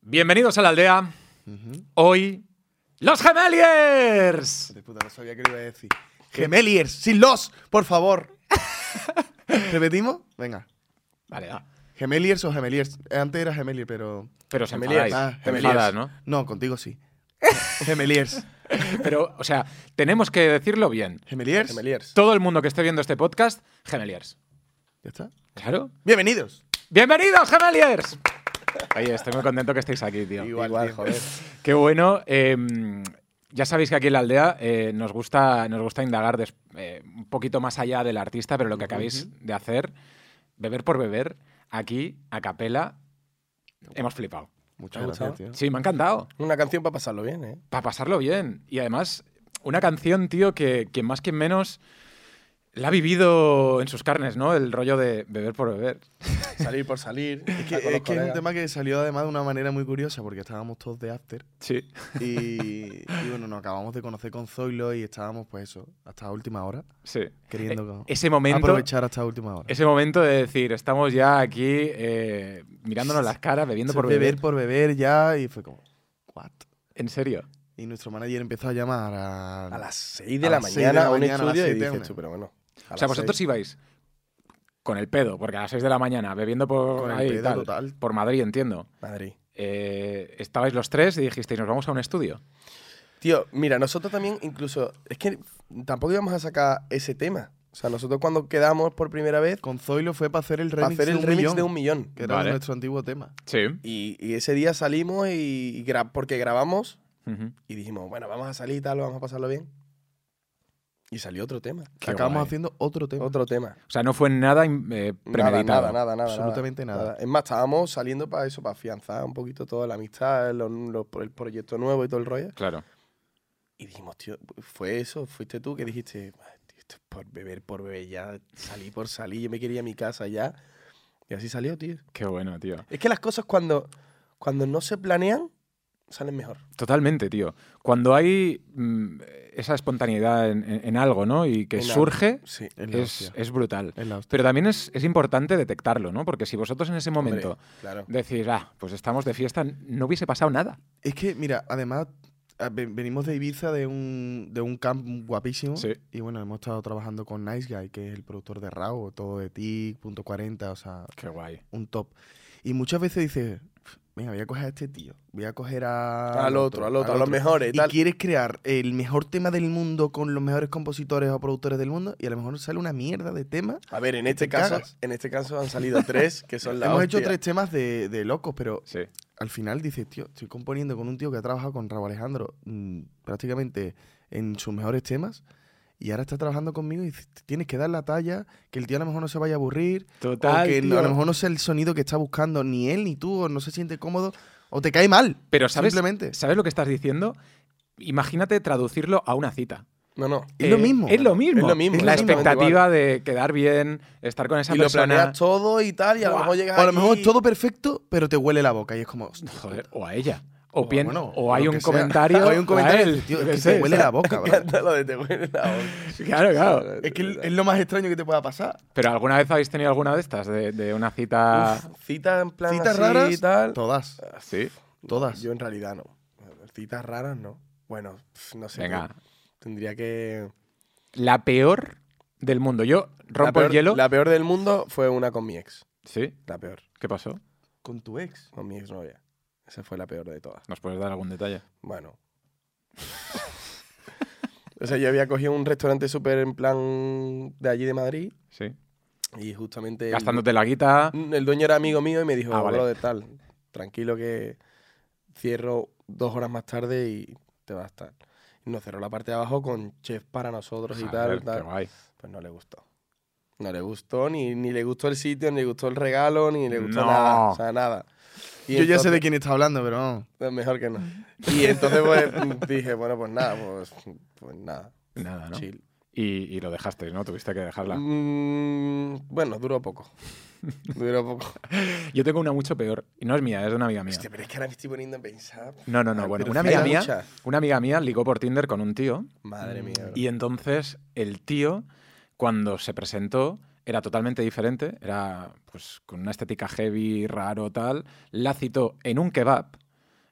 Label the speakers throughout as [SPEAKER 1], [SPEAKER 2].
[SPEAKER 1] Bienvenidos a la aldea.
[SPEAKER 2] Ujú.
[SPEAKER 1] Hoy, los gemeliers.
[SPEAKER 2] Pues De puta, no sabía que lo iba a decir. Gemeliers, sin los, por favor. ¿Repetimos? Venga.
[SPEAKER 1] Vale, va.
[SPEAKER 2] Gemeliers o Gemeliers. Eh, Antes era Gemelier, pero.
[SPEAKER 1] Pero se
[SPEAKER 3] Gemeliers.
[SPEAKER 1] enfadáis.
[SPEAKER 2] Ah,
[SPEAKER 1] Te
[SPEAKER 2] Gemeliers.
[SPEAKER 1] enfadas, ¿no?
[SPEAKER 2] No, contigo sí. Gemeliers.
[SPEAKER 1] Pero, o sea, tenemos que decirlo bien.
[SPEAKER 2] Gemeliers.
[SPEAKER 3] Gemeliers.
[SPEAKER 1] Todo el mundo que esté viendo este podcast, gemeliers.
[SPEAKER 2] Ya está.
[SPEAKER 1] Claro.
[SPEAKER 2] Bienvenidos.
[SPEAKER 1] ¡Bienvenidos, gemeliers! Oye, estoy muy contento que estéis aquí, tío.
[SPEAKER 3] Igual,
[SPEAKER 2] tío.
[SPEAKER 3] joder.
[SPEAKER 1] Qué bueno. eh, ya sabéis que aquí en la aldea eh, nos, gusta, nos gusta indagar des- eh, un poquito más allá del artista, pero lo que acabéis de hacer, beber por beber, aquí, a capela, hemos flipado.
[SPEAKER 2] Muchas
[SPEAKER 3] ¿Te ha
[SPEAKER 2] gracias,
[SPEAKER 3] gustado?
[SPEAKER 2] tío.
[SPEAKER 1] Sí, me ha encantado.
[SPEAKER 3] Una canción para pasarlo bien, ¿eh?
[SPEAKER 1] Para pasarlo bien. Y además, una canción, tío, que, que más que menos la ha vivido en sus carnes, ¿no? El rollo de beber por beber.
[SPEAKER 3] Salir por salir.
[SPEAKER 2] Es que, es que es un tema que salió además de una manera muy curiosa porque estábamos todos de after
[SPEAKER 1] Sí.
[SPEAKER 2] y, y bueno, nos acabamos de conocer con Zoilo y estábamos pues eso, hasta última hora,
[SPEAKER 1] Sí. E-,
[SPEAKER 2] queriendo como
[SPEAKER 1] Ese momento.
[SPEAKER 2] aprovechar hasta última hora.
[SPEAKER 1] Ese momento de decir, estamos ya aquí eh, mirándonos las caras, bebiendo
[SPEAKER 2] Eso,
[SPEAKER 1] por
[SPEAKER 2] beber,
[SPEAKER 1] beber.
[SPEAKER 2] por beber ya y fue como, what?
[SPEAKER 1] En serio.
[SPEAKER 2] Y nuestro manager empezó a llamar a...
[SPEAKER 3] A las 6 de,
[SPEAKER 2] A
[SPEAKER 3] la
[SPEAKER 2] las seis de
[SPEAKER 3] mañana
[SPEAKER 2] la
[SPEAKER 3] a un
[SPEAKER 2] mañana, a las
[SPEAKER 3] estudio y
[SPEAKER 2] seis de
[SPEAKER 3] dices
[SPEAKER 2] una.
[SPEAKER 3] tú, pero bueno. a
[SPEAKER 1] O sea,
[SPEAKER 3] las
[SPEAKER 1] vosotros
[SPEAKER 3] seis.
[SPEAKER 1] ibais con el pedo, porque a las 6 de la mañana, bebiendo por
[SPEAKER 2] Con el
[SPEAKER 1] ahí y
[SPEAKER 2] pedo
[SPEAKER 1] tal,
[SPEAKER 2] total.
[SPEAKER 1] por Madrid, entiendo.
[SPEAKER 3] Madrid.
[SPEAKER 1] Eh, estabais los tres y dijisteis, nos vamos a un estudio.
[SPEAKER 3] Tío, mira, nosotros también incluso... Es que tampoco íbamos a sacar ese tema. O sea, nosotros cuando quedamos por primera vez
[SPEAKER 2] Con Zoilo fue para hacer el
[SPEAKER 3] para
[SPEAKER 2] remix,
[SPEAKER 3] hacer
[SPEAKER 2] de,
[SPEAKER 3] el
[SPEAKER 2] un
[SPEAKER 3] remix
[SPEAKER 2] millón,
[SPEAKER 3] de un millón.
[SPEAKER 2] que era
[SPEAKER 1] Vale.
[SPEAKER 2] nuestro antiguo tema.
[SPEAKER 1] Sí.
[SPEAKER 3] Y, y ese día salimos y, y gra- porque grabamos y dijimos, bueno, vamos a salir y tal, vamos a pasarlo bien. Y salió otro tema.
[SPEAKER 1] Qué
[SPEAKER 2] Acabamos
[SPEAKER 1] guay.
[SPEAKER 2] haciendo otro tema.
[SPEAKER 3] Otro tema.
[SPEAKER 1] O sea, no fue nada in- eh, premeditado.
[SPEAKER 3] Nada, nada, nada, nada.
[SPEAKER 2] Absolutamente nada.
[SPEAKER 3] Es más, estábamos saliendo para eso, para afianzar un poquito toda la amistad, lo- lo- el proyecto nuevo y todo el rollo.
[SPEAKER 1] Claro.
[SPEAKER 3] Y dijimos, tío, fue eso, fuiste tú que dijiste, "Ah, tío, esto es por beber, por beber ya, salí por salir, yo me quería a mi casa ya. Y así salió, tío.
[SPEAKER 1] Qué bueno, tío.
[SPEAKER 3] Es que las cosas cuando, cuando no se planean, salen mejor.
[SPEAKER 1] Totalmente, tío. Cuando hay mm, esa espontaneidad en, en- en algo, ¿no? Y que
[SPEAKER 3] En algo.
[SPEAKER 1] surge,
[SPEAKER 3] Sí.
[SPEAKER 2] Es la
[SPEAKER 1] es,
[SPEAKER 2] hostia.
[SPEAKER 1] es brutal.
[SPEAKER 2] Es la hostia.
[SPEAKER 1] Pero también es, es importante detectarlo, ¿no? Porque si vosotros en ese momento
[SPEAKER 3] Hombre, claro.
[SPEAKER 1] decís, ah, pues estamos de fiesta, no hubiese pasado nada.
[SPEAKER 2] Es que, mira, además a- ve- venimos de Ibiza, de un, de un camp guapísimo.
[SPEAKER 1] Sí.
[SPEAKER 2] Y bueno, hemos estado trabajando con Nice Guy, que es el productor de Rao, todo de ti, punto 40, o sea,
[SPEAKER 1] Qué guay.
[SPEAKER 2] un top. Y muchas veces dices, venga, voy a coger a este tío, voy a coger a...
[SPEAKER 3] Al otro, al otro, a los mejores y
[SPEAKER 2] Y
[SPEAKER 3] tal.
[SPEAKER 2] quieres crear el mejor tema del mundo con los mejores compositores o productores del mundo y a lo mejor sale una mierda de tema.
[SPEAKER 3] A ver, en este
[SPEAKER 2] te
[SPEAKER 3] caso,
[SPEAKER 2] cagas.
[SPEAKER 3] en este caso han salido tres, que son las
[SPEAKER 2] Hemos hecho tres temas de, de locos, pero
[SPEAKER 1] Sí.
[SPEAKER 2] al final dices, tío, estoy componiendo con un tío que ha trabajado con Raúl Alejandro mm, prácticamente en sus mejores temas y ahora está trabajando conmigo y dices, tienes que dar la talla, que el tío a lo mejor no se vaya a aburrir,
[SPEAKER 1] Total.
[SPEAKER 2] o que
[SPEAKER 1] tío.
[SPEAKER 2] a lo mejor no sea el sonido que está buscando ni él ni tú, o no se siente cómodo, o te cae mal.
[SPEAKER 1] Pero ¿sabes,
[SPEAKER 2] Simplemente.
[SPEAKER 1] ¿sabes lo que estás diciendo? Imagínate traducirlo a una cita.
[SPEAKER 3] No, no.
[SPEAKER 2] Es lo
[SPEAKER 1] Eh,
[SPEAKER 2] mismo.
[SPEAKER 1] Es lo mismo.
[SPEAKER 3] Es lo mismo,
[SPEAKER 1] La
[SPEAKER 3] es lo mismo.
[SPEAKER 1] expectativa de quedar bien, estar con esa
[SPEAKER 3] y lo
[SPEAKER 1] persona.
[SPEAKER 3] planeas todo y tal, y a lo
[SPEAKER 1] Buah.
[SPEAKER 3] mejor llegas
[SPEAKER 2] O a lo mejor
[SPEAKER 3] allí-
[SPEAKER 2] es todo perfecto, pero te huele la boca y es como. hostia,
[SPEAKER 1] Joder, o a ella. O,
[SPEAKER 2] o
[SPEAKER 1] pien-
[SPEAKER 2] bueno,
[SPEAKER 1] o hay
[SPEAKER 2] lo
[SPEAKER 1] un
[SPEAKER 2] que sea.
[SPEAKER 1] comentario.
[SPEAKER 2] O hay un
[SPEAKER 1] a
[SPEAKER 2] comentario.
[SPEAKER 1] él,
[SPEAKER 2] dices, tío,
[SPEAKER 1] yo
[SPEAKER 2] es
[SPEAKER 1] qué
[SPEAKER 2] que
[SPEAKER 1] sé,
[SPEAKER 2] te huele la
[SPEAKER 1] ¿sabes?
[SPEAKER 2] boca,
[SPEAKER 3] Me
[SPEAKER 2] bro.
[SPEAKER 3] encanta lo de te huele la boca.
[SPEAKER 1] Claro, claro.
[SPEAKER 2] Es que es lo más extraño que te pueda pasar.
[SPEAKER 1] Pero ¿alguna vez habéis tenido alguna de estas? De, de una cita.
[SPEAKER 3] Uf, citas en plan
[SPEAKER 2] Citas
[SPEAKER 3] así
[SPEAKER 2] raras,
[SPEAKER 3] y tal.
[SPEAKER 2] todas.
[SPEAKER 1] sí.
[SPEAKER 2] Todas.
[SPEAKER 3] Yo en realidad no. Citas raras no. Bueno, pf, no sé.
[SPEAKER 1] Venga.
[SPEAKER 3] tío. Tendría que.
[SPEAKER 1] La peor del mundo. Yo
[SPEAKER 3] la
[SPEAKER 1] rompo
[SPEAKER 3] peor,
[SPEAKER 1] el hielo.
[SPEAKER 3] La peor del mundo fue una con mi ex.
[SPEAKER 1] Sí.
[SPEAKER 3] La peor.
[SPEAKER 1] ¿Qué pasó?
[SPEAKER 2] Con tu ex.
[SPEAKER 3] Con mi ex novia. Esa fue la peor de todas.
[SPEAKER 1] ¿Nos puedes dar algún detalle?
[SPEAKER 3] Bueno. o sea, yo había cogido un restaurante súper en plan de allí de Madrid.
[SPEAKER 1] Sí.
[SPEAKER 3] Y justamente. el-
[SPEAKER 1] Gastándote la guita.
[SPEAKER 3] Mm, El dueño era amigo mío y me dijo,
[SPEAKER 1] Ah, vale.
[SPEAKER 3] de tal, tranquilo que cierro dos horas más tarde y te va a estar. Y nos cerró la parte de abajo con chef para nosotros y
[SPEAKER 1] Joder,
[SPEAKER 3] tal,
[SPEAKER 1] qué
[SPEAKER 3] tal.
[SPEAKER 1] guay.
[SPEAKER 3] Pues no le gustó. No le gustó, ni, ni le gustó el sitio, ni le gustó el regalo, ni le gustó
[SPEAKER 1] No.
[SPEAKER 3] nada. O sea, nada. Y
[SPEAKER 2] Yo ya sé de
[SPEAKER 3] entonces- pues,
[SPEAKER 2] quién está hablando, pero no.
[SPEAKER 3] Mejor que no. Y entonces pues dije, bueno, pues nada, pues, pues nada,
[SPEAKER 1] Nada, ¿no?
[SPEAKER 3] chill.
[SPEAKER 1] Y, y lo dejaste, ¿no? Tuviste que dejarla.
[SPEAKER 3] Mm, bueno, duró poco. Duró poco.
[SPEAKER 1] Yo tengo una mucho peor. Y no es mía, es de una amiga mía.
[SPEAKER 3] Hostia, pero es que ahora me estoy poniendo a pensar.
[SPEAKER 1] No, no,
[SPEAKER 3] Ah,
[SPEAKER 1] no. Bueno,
[SPEAKER 3] pero
[SPEAKER 1] una
[SPEAKER 3] sí hay
[SPEAKER 1] amiga mía,
[SPEAKER 3] muchas.
[SPEAKER 1] una amiga mía ligó por Tinder con un tío.
[SPEAKER 3] Madre mía. bro.
[SPEAKER 1] Y entonces el tío, cuando se presentó, era totalmente diferente. Era pues con una estética heavy, raro, tal. La citó en un kebab.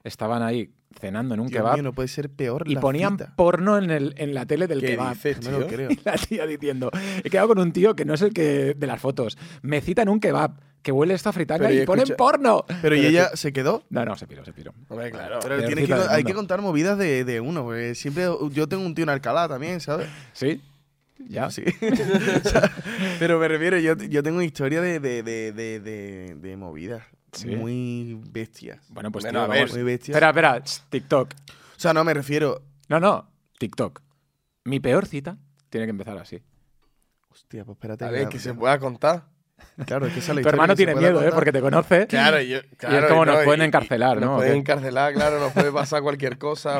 [SPEAKER 1] estaban ahí cenando en un
[SPEAKER 2] Dios
[SPEAKER 1] kebab
[SPEAKER 2] mío, no puede ser peor
[SPEAKER 1] y
[SPEAKER 2] la
[SPEAKER 1] ponían
[SPEAKER 2] cita.
[SPEAKER 1] porno en, el, en la tele del
[SPEAKER 3] ¿Qué
[SPEAKER 1] kebab.
[SPEAKER 3] dices,
[SPEAKER 2] No me lo
[SPEAKER 3] tío?
[SPEAKER 2] creo.
[SPEAKER 1] Y la tía diciendo, he quedado con un tío que no es el que de las fotos. Me cita en un kebab que huele esta fritanga
[SPEAKER 3] Pero
[SPEAKER 1] y
[SPEAKER 3] y
[SPEAKER 1] ponen
[SPEAKER 3] escucha-
[SPEAKER 1] porno.
[SPEAKER 2] Pero y ella se quedó.
[SPEAKER 1] No, no, se piro, se piro.
[SPEAKER 3] Hombre, claro.
[SPEAKER 2] Pero
[SPEAKER 1] Peor
[SPEAKER 2] tiene que,
[SPEAKER 1] cita del
[SPEAKER 2] hay
[SPEAKER 1] mundo.
[SPEAKER 2] que contar movidas de, de uno. porque siempre yo tengo un tío en Alcalá también, ¿sabes?
[SPEAKER 1] ¿Sí? ¿Ya?
[SPEAKER 2] Sí. O sea, pero me refiero, yo, yo tengo historia de, de, de, de, de- de movidas
[SPEAKER 1] Sí.
[SPEAKER 2] muy bestias.
[SPEAKER 1] Bueno, pues
[SPEAKER 3] Bueno,
[SPEAKER 1] tío,
[SPEAKER 3] a ver.
[SPEAKER 1] vamos.
[SPEAKER 2] muy bestias.
[SPEAKER 1] Espera, espera, tss, TikTok.
[SPEAKER 2] O sea, no me refiero.
[SPEAKER 1] No, no, TikTok. Mi peor cita tiene que empezar así.
[SPEAKER 2] Hostia, pues espérate.
[SPEAKER 3] A
[SPEAKER 2] que
[SPEAKER 3] ver,
[SPEAKER 2] la-
[SPEAKER 3] que se pueda contar.
[SPEAKER 2] Claro, es que esa es la
[SPEAKER 1] Tu
[SPEAKER 2] historia
[SPEAKER 1] hermano
[SPEAKER 2] que se
[SPEAKER 1] tiene
[SPEAKER 2] puede
[SPEAKER 1] miedo, ¿eh?
[SPEAKER 2] contar.
[SPEAKER 1] Porque te conoce.
[SPEAKER 3] Claro, yo, claro.
[SPEAKER 1] como
[SPEAKER 3] no,
[SPEAKER 1] nos pueden encarcelar, ¿no?
[SPEAKER 3] Nos
[SPEAKER 1] ¿O
[SPEAKER 3] pueden
[SPEAKER 1] qué?
[SPEAKER 3] encarcelar, claro, nos puede pasar cualquier cosa.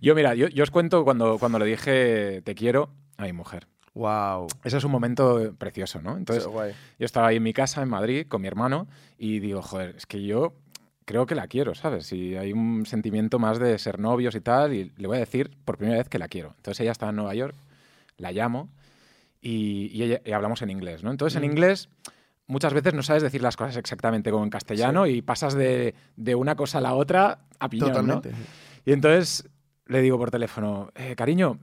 [SPEAKER 1] Yo, mira, yo, yo os cuento cuando, cuando le dije te quiero a mi mujer.
[SPEAKER 2] Wow.
[SPEAKER 1] Ese es un momento precioso, ¿no? Entonces,
[SPEAKER 3] Eso, guay.
[SPEAKER 1] Yo estaba ahí en mi casa, en Madrid, con mi hermano, y digo, joder, es que yo creo que la quiero, ¿sabes? Y hay un sentimiento más de ser novios y tal, y le voy a decir por primera vez que la quiero. Entonces ella estaba en Nueva York, la llamo, y, y ella- y hablamos en inglés, ¿no? Entonces en inglés muchas veces no sabes decir las cosas exactamente como en castellano y pasas de, de una cosa a la otra a piñón, ¿no?
[SPEAKER 2] Totalmente.
[SPEAKER 1] Y entonces le digo por teléfono, "Eh, cariño,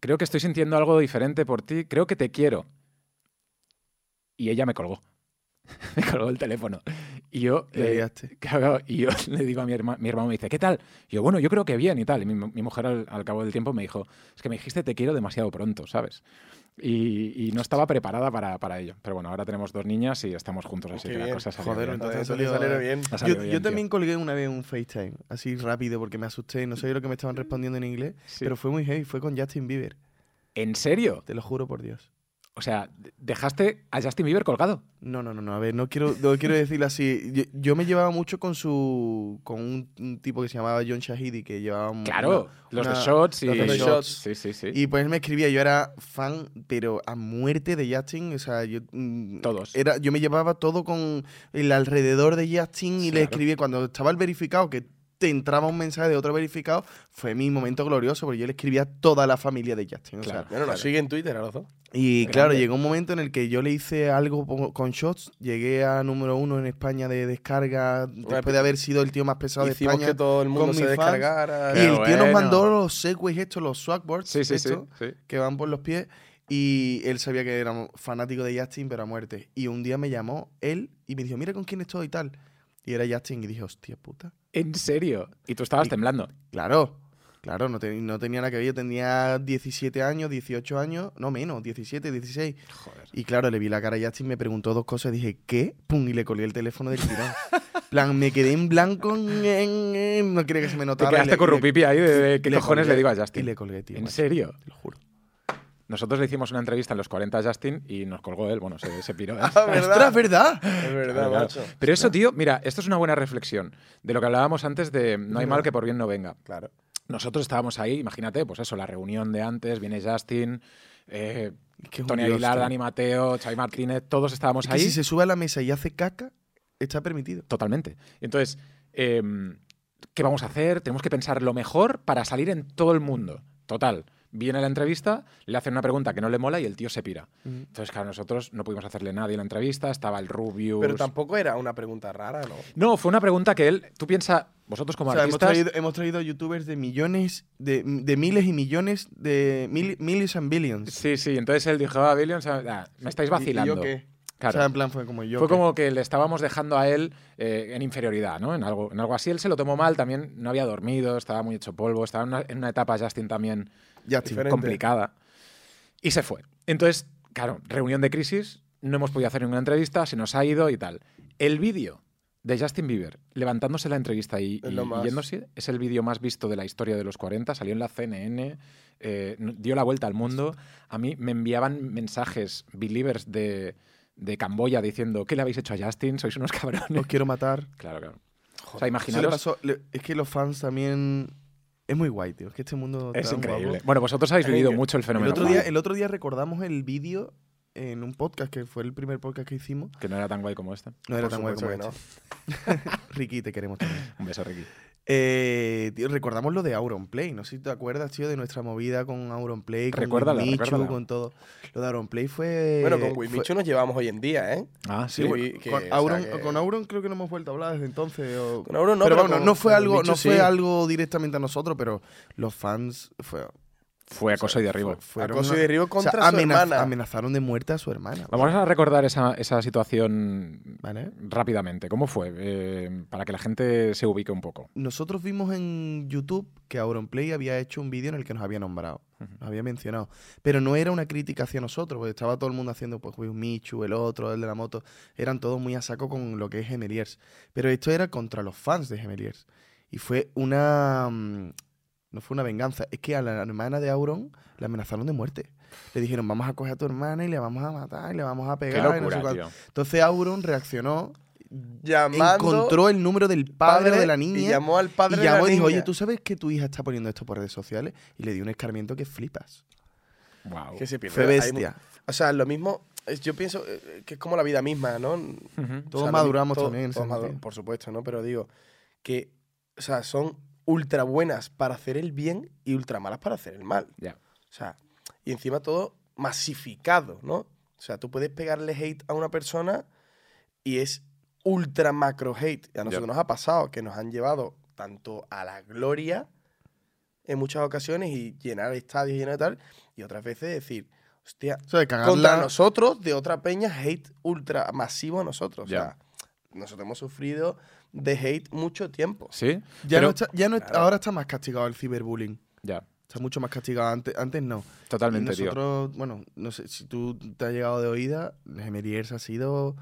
[SPEAKER 1] creo que estoy sintiendo algo diferente por ti, creo que te quiero. Y ella me colgó. me colgó el teléfono. Y yo,
[SPEAKER 2] Te
[SPEAKER 1] le-
[SPEAKER 2] liaste.
[SPEAKER 1] claro, claro, y yo le digo a mi hermano, mi hermano me dice, ¿qué tal? Y yo, bueno, yo creo que bien y tal. Y mi, mi mujer al, al cabo del tiempo me dijo, es que me dijiste te quiero demasiado pronto, ¿sabes? Y, y no estaba preparada para, para ello. Pero bueno, ahora tenemos dos niñas y estamos juntos, pues así
[SPEAKER 3] Qué
[SPEAKER 1] que la
[SPEAKER 3] bien.
[SPEAKER 1] cosa salió
[SPEAKER 2] Joder,
[SPEAKER 1] bien.
[SPEAKER 2] entonces
[SPEAKER 3] Entonces,
[SPEAKER 2] salió-
[SPEAKER 3] salieron bien.
[SPEAKER 1] Ha
[SPEAKER 2] Yo,
[SPEAKER 1] salido
[SPEAKER 2] yo
[SPEAKER 1] bien, tío.
[SPEAKER 2] también colgué una vez un FaceTime, así rápido, porque me asusté y no sabía lo que me estaban respondiendo en inglés.
[SPEAKER 1] Sí.
[SPEAKER 2] Pero fue muy heavy, fue con Justin Bieber.
[SPEAKER 1] ¿En serio?
[SPEAKER 2] Te lo juro por Dios.
[SPEAKER 1] O sea, dejaste a Justin Bieber colgado.
[SPEAKER 2] No, no, no, no. A ver, no quiero, no quiero decirlo así. Yo, yo me llevaba mucho con su. con un, un tipo que se llamaba John Shahidi, que llevaba un-
[SPEAKER 1] Claro,
[SPEAKER 2] Mm, una-
[SPEAKER 1] los de
[SPEAKER 2] una-
[SPEAKER 1] Shots y
[SPEAKER 2] los de
[SPEAKER 3] Shots.
[SPEAKER 1] Sí, sí, sí.
[SPEAKER 2] Y pues él me escribía, yo era fan, pero a muerte de Justin. O sea, yo. mm,
[SPEAKER 1] Todos.
[SPEAKER 2] Era, yo me llevaba todo con el alrededor de Justin y
[SPEAKER 1] Sí,
[SPEAKER 2] le
[SPEAKER 1] claro.
[SPEAKER 2] escribía. Cuando estaba el verificado, que te entraba un mensaje de otro verificado, fue mi momento glorioso, porque yo le escribía a toda la familia de Justin. o sea,
[SPEAKER 1] Claro.
[SPEAKER 3] Bueno, nos sigue en Twitter a los dos.
[SPEAKER 2] y
[SPEAKER 1] Grande.
[SPEAKER 2] claro, llegó un momento en el que yo le hice algo po- con shots, llegué a número uno en España de descarga, después de haber sido el tío más pesado de
[SPEAKER 3] Hicimos
[SPEAKER 2] España.
[SPEAKER 3] que todo el mundo
[SPEAKER 2] con
[SPEAKER 3] se
[SPEAKER 2] mis fans.
[SPEAKER 3] descargara.
[SPEAKER 2] Y el tío
[SPEAKER 1] Qué
[SPEAKER 2] nos
[SPEAKER 1] bueno.
[SPEAKER 2] mandó los segways estos, los swagboards
[SPEAKER 1] sí, sí, sí,
[SPEAKER 2] estos,
[SPEAKER 1] sí.
[SPEAKER 2] que van por los pies. Y él sabía que era fanático de Justin, pero a muerte. Y un día me llamó él y me dijo, mira con quién estoy y tal. Y era Justin y dije, hostia puta.
[SPEAKER 1] En serio. Y tú estabas
[SPEAKER 2] Y-
[SPEAKER 1] temblando.
[SPEAKER 2] Claro, claro, no, te- no tenía nada que ver. Yo tenía 17 años, 18 años, no menos, 17, 16.
[SPEAKER 1] Joder.
[SPEAKER 2] Y claro, le vi la cara a Justin, me preguntó dos cosas, dije, ¿qué? Pum, y le colgué el teléfono del tirón. plan, me quedé en blanco, en- en- en- no quería que se me
[SPEAKER 1] Te
[SPEAKER 2] notara. y
[SPEAKER 1] quedaste
[SPEAKER 2] le-
[SPEAKER 1] corrupipi ahí de, de
[SPEAKER 2] y
[SPEAKER 1] qué cojones
[SPEAKER 2] colgué,
[SPEAKER 1] le digo a
[SPEAKER 2] Y
[SPEAKER 1] Justin.
[SPEAKER 2] le colgué, tío.
[SPEAKER 1] ¿En
[SPEAKER 2] macho,
[SPEAKER 1] serio?
[SPEAKER 2] Te lo juro.
[SPEAKER 1] Nosotros le hicimos una entrevista en los 40 a Justin y nos colgó él. Bueno, se, se piró. ¿eh?
[SPEAKER 3] Ah,
[SPEAKER 2] ¡Ostras,
[SPEAKER 3] ¿verdad?
[SPEAKER 2] verdad!
[SPEAKER 3] Es verdad,
[SPEAKER 1] Claro, claro.
[SPEAKER 3] macho.
[SPEAKER 1] Pero eso, tío, mira, esto es una buena reflexión de lo que hablábamos antes de no hay mal
[SPEAKER 2] verdad.
[SPEAKER 1] que por bien no venga.
[SPEAKER 3] Claro.
[SPEAKER 1] Nosotros estábamos ahí, imagínate, pues eso, la reunión de antes, viene Justin, eh,
[SPEAKER 2] Es que es un
[SPEAKER 1] Tony
[SPEAKER 2] dios,
[SPEAKER 1] Aguilar,
[SPEAKER 2] tío.
[SPEAKER 1] Dani Mateo, Xavi Martínez, todos estábamos
[SPEAKER 2] Es que
[SPEAKER 1] ahí.
[SPEAKER 2] si se sube a la mesa y hace caca, está permitido.
[SPEAKER 1] Totalmente. Entonces, em, ¿qué vamos a hacer? Tenemos que pensar lo mejor para salir en todo el mundo. Total. Viene la entrevista, le hacen una pregunta que no le mola y el tío se pira. Entonces, claro, nosotros no pudimos hacerle nadie la entrevista, estaba el Rubius.
[SPEAKER 3] Pero tampoco era una pregunta rara, ¿no?
[SPEAKER 1] No, fue una pregunta que él, tú piensas, vosotros como
[SPEAKER 2] O sea, hemos
[SPEAKER 1] artistas,
[SPEAKER 2] traído, hemos traído youtubers de millones, de, de miles y millones, de mil, miles and billions.
[SPEAKER 1] sí, sí, entonces él dijo, ah, Billions, ah, ah, me estáis vacilando.
[SPEAKER 2] ¿Y, y yo qué?
[SPEAKER 1] Claro.
[SPEAKER 2] O sea, en plan fue como yo.
[SPEAKER 1] Fue
[SPEAKER 2] qué.
[SPEAKER 1] como que le estábamos dejando a él eh, en inferioridad, ¿no? En algo, en algo así. Él se lo tomó mal, también no había dormido, estaba muy hecho polvo, estaba en una- en una etapa Justin también
[SPEAKER 2] Justin.
[SPEAKER 3] Diferente.
[SPEAKER 1] complicada. Y se fue. Entonces, claro, reunión de crisis, no hemos podido hacer ninguna entrevista, se nos ha ido y tal. El vídeo de Justin Bieber levantándose la entrevista y,
[SPEAKER 3] Es
[SPEAKER 1] y-
[SPEAKER 3] lo
[SPEAKER 1] y
[SPEAKER 3] más.
[SPEAKER 1] yéndose es el vídeo más visto de la historia de los 40, salió en la CNN, eh, n- dio la vuelta al mundo. A mí me enviaban mensajes believers de, de Camboya diciendo, ¿qué le habéis hecho a Justin? Sois unos cabrones.
[SPEAKER 2] Os quiero matar.
[SPEAKER 1] Claro, claro. O sea,
[SPEAKER 3] Joder.
[SPEAKER 2] Eso le
[SPEAKER 1] imaginaros...
[SPEAKER 2] pasó- le- es que los fans también. Es muy guay, tío. Es que este mundo.
[SPEAKER 1] Es
[SPEAKER 2] tan guapo.
[SPEAKER 1] increíble. Bueno, vosotros habéis
[SPEAKER 3] Es
[SPEAKER 1] vivido
[SPEAKER 3] increíble.
[SPEAKER 1] mucho el
[SPEAKER 2] El
[SPEAKER 1] fenómeno.
[SPEAKER 2] otro, día,
[SPEAKER 1] fan,
[SPEAKER 2] el otro día recordamos el vídeo en un podcast que fue el primer podcast que hicimos.
[SPEAKER 1] Que no era tan guay como este.
[SPEAKER 2] No era
[SPEAKER 3] Por
[SPEAKER 2] tan guay como
[SPEAKER 3] supuesto
[SPEAKER 2] este. Ricky, te queremos también.
[SPEAKER 1] Un beso, Ricky.
[SPEAKER 2] Eh, tío, recordamos lo de Auronplay. No sé si te acuerdas, tío, de nuestra movida con Auronplay, con
[SPEAKER 1] Recuérdala,
[SPEAKER 2] Michu,
[SPEAKER 1] recuérdala.
[SPEAKER 2] con todo. Lo de Auronplay fue.
[SPEAKER 3] Bueno, con
[SPEAKER 2] Eh, fue-
[SPEAKER 3] Wimichu nos llevamos hoy en día, ¿eh?
[SPEAKER 1] Ah,
[SPEAKER 3] Sí,
[SPEAKER 1] sí.
[SPEAKER 3] bueno. que-
[SPEAKER 2] con,
[SPEAKER 3] o sea
[SPEAKER 2] Auron,
[SPEAKER 3] que-
[SPEAKER 2] con Auron creo que no hemos vuelto a hablar desde entonces. o-
[SPEAKER 3] Con Auron no,
[SPEAKER 2] pero,
[SPEAKER 3] pero
[SPEAKER 2] bueno,
[SPEAKER 3] con-
[SPEAKER 2] no fue
[SPEAKER 3] con
[SPEAKER 2] algo,
[SPEAKER 3] Wimichu
[SPEAKER 2] no fue
[SPEAKER 3] sí.
[SPEAKER 2] algo directamente a nosotros, pero los fans fue,
[SPEAKER 1] Fue acoso y derribo.
[SPEAKER 2] fue- fueron
[SPEAKER 3] Acoso y
[SPEAKER 2] una-
[SPEAKER 3] derribo
[SPEAKER 2] o sea,
[SPEAKER 3] contra su
[SPEAKER 2] amenaz-
[SPEAKER 3] hermana.
[SPEAKER 2] Amenazaron de muerte a su hermana.
[SPEAKER 1] Vamos a recordar esa, esa situación
[SPEAKER 2] ¿Vale?
[SPEAKER 1] rápidamente. ¿Cómo fue? Eh, para que la gente se ubique un poco.
[SPEAKER 2] Nosotros vimos en YouTube que Auronplay había hecho un vídeo en el que nos había nombrado,
[SPEAKER 1] Ujú.
[SPEAKER 2] nos había mencionado. Pero no era una crítica hacia nosotros, porque estaba todo el mundo haciendo, pues, un Michu, el otro, el de la moto. Eran todos muy a saco con lo que es Gemeliers. Pero esto era contra los fans de Gemeliers. Y fue una. mm, No fue una venganza, es que a la hermana de Auron la amenazaron de muerte. Le dijeron, vamos a coger a tu hermana y le vamos a matar y le vamos a
[SPEAKER 1] Qué
[SPEAKER 2] pegar. y no sé
[SPEAKER 1] locura,
[SPEAKER 2] cuánto".
[SPEAKER 1] tío.
[SPEAKER 2] Entonces Auron reaccionó,
[SPEAKER 3] Llamando
[SPEAKER 2] encontró el número del padre, de la niña
[SPEAKER 3] Y llamó al padre
[SPEAKER 2] y llamó
[SPEAKER 3] de la
[SPEAKER 2] y dijo,
[SPEAKER 3] niña.
[SPEAKER 2] oye, ¿tú sabes que tu hija está poniendo esto por redes sociales? Y le dio un escarmiento que flipas.
[SPEAKER 1] Wow.
[SPEAKER 3] Que se pierde.
[SPEAKER 2] Fue
[SPEAKER 3] Hay mu-
[SPEAKER 2] bestia.
[SPEAKER 3] o sea, lo mismo, es- yo pienso eh, que es como la vida misma, ¿no?
[SPEAKER 1] Ujú.
[SPEAKER 2] Todos
[SPEAKER 3] lo mi-
[SPEAKER 2] maduramos también en ese
[SPEAKER 3] todos madu-
[SPEAKER 2] sentido.
[SPEAKER 3] por supuesto, ¿no? Pero digo que, o sea, son ultra buenas para hacer el bien y ultra malas para hacer el mal.
[SPEAKER 1] Ya.
[SPEAKER 3] O sea, y encima todo masificado, ¿no? O sea, tú puedes pegarle hate a una persona y es ultra macro hate. A nosotros
[SPEAKER 1] Ya.
[SPEAKER 3] nos ha pasado que nos han llevado tanto a la gloria en muchas ocasiones y llenar estadios y llenar tal, y otras veces decir, hostia,
[SPEAKER 2] O sea, de cagarla-
[SPEAKER 3] contra nosotros de otra peña hate ultra masivo a nosotros. O
[SPEAKER 1] Ya.
[SPEAKER 3] sea, nosotros hemos sufrido de hate mucho tiempo.
[SPEAKER 1] ¿Sí?
[SPEAKER 2] Ya
[SPEAKER 1] Pero-
[SPEAKER 2] no está- ya no está-
[SPEAKER 3] Claro.
[SPEAKER 2] Ahora está más castigado el ciberbullying.
[SPEAKER 1] Ya,
[SPEAKER 2] Está mucho más castigado. Antes, antes no.
[SPEAKER 1] totalmente,
[SPEAKER 2] y nosotros, bueno, no sé, si tú te has llegado de oída, Gemeliers ha sido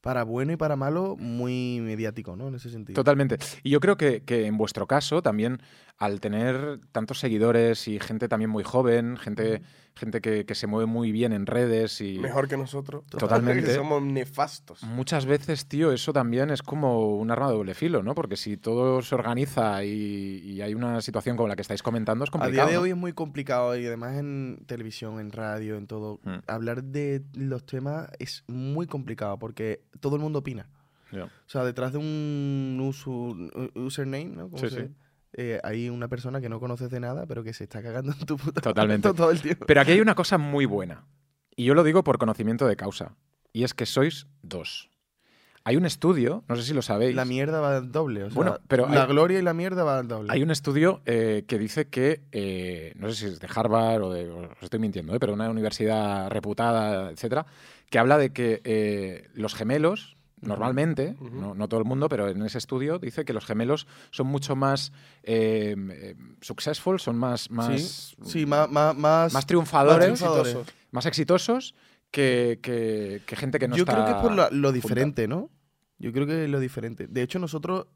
[SPEAKER 2] para bueno y para malo muy mediático, ¿no? En ese
[SPEAKER 1] tío.
[SPEAKER 2] sentido.
[SPEAKER 1] Totalmente. Y yo creo que, que en vuestro caso también, al tener tantos seguidores y gente también muy joven, gente, gente que, que se mueve muy bien en redes y
[SPEAKER 3] Mejor que nosotros.
[SPEAKER 1] Totalmente.
[SPEAKER 3] Que somos nefastos.
[SPEAKER 2] Mm.
[SPEAKER 1] muchas veces, tío, eso también es como un arma de doble filo, ¿no? Porque si todo se organiza y, y hay una situación como la que estáis comentando, es
[SPEAKER 2] A
[SPEAKER 1] complicado.
[SPEAKER 2] día de
[SPEAKER 1] ¿no?
[SPEAKER 2] hoy es muy complicado y además en televisión, en radio, en todo.
[SPEAKER 1] Mm.
[SPEAKER 2] Hablar de los temas es muy complicado porque todo el mundo opina.
[SPEAKER 1] Ya.
[SPEAKER 2] O sea, detrás de un usu- u- username, ¿no? ¿Cómo
[SPEAKER 1] Sí,
[SPEAKER 2] se
[SPEAKER 1] sí.
[SPEAKER 2] dice? Eh, hay una persona que no conoces de nada, pero que se está cagando en tu puta
[SPEAKER 1] Totalmente.
[SPEAKER 2] madre todo el tiempo.
[SPEAKER 1] Pero aquí hay una cosa muy buena. Y yo lo digo por conocimiento de causa. Y es que sois dos. Hay un estudio, no sé si lo sabéis.
[SPEAKER 2] La mierda va al doble. O sea,
[SPEAKER 1] Bueno, pero
[SPEAKER 2] la
[SPEAKER 1] hay-
[SPEAKER 2] gloria y la mierda va al doble.
[SPEAKER 1] Hay un estudio eh, que dice que, eh, no sé si es de Harvard o de, os estoy mintiendo, ¿eh? pero una universidad reputada, etcétera, que habla de que eh, los gemelos,
[SPEAKER 2] Ujú.
[SPEAKER 1] normalmente,
[SPEAKER 3] Ujú.
[SPEAKER 1] no, no todo el mundo, pero en ese estudio dice que los gemelos son mucho más eh, eh, successful, son más, más,
[SPEAKER 2] Sí, sí, más, más, más-
[SPEAKER 1] más triunfadores, más,
[SPEAKER 2] más triunfadores.
[SPEAKER 1] exitosos que, que- que gente que no
[SPEAKER 2] Yo
[SPEAKER 1] está...
[SPEAKER 2] creo que es por la- lo
[SPEAKER 1] junta.
[SPEAKER 2] diferente, ¿no? Yo creo que es lo diferente. De hecho, nosotros,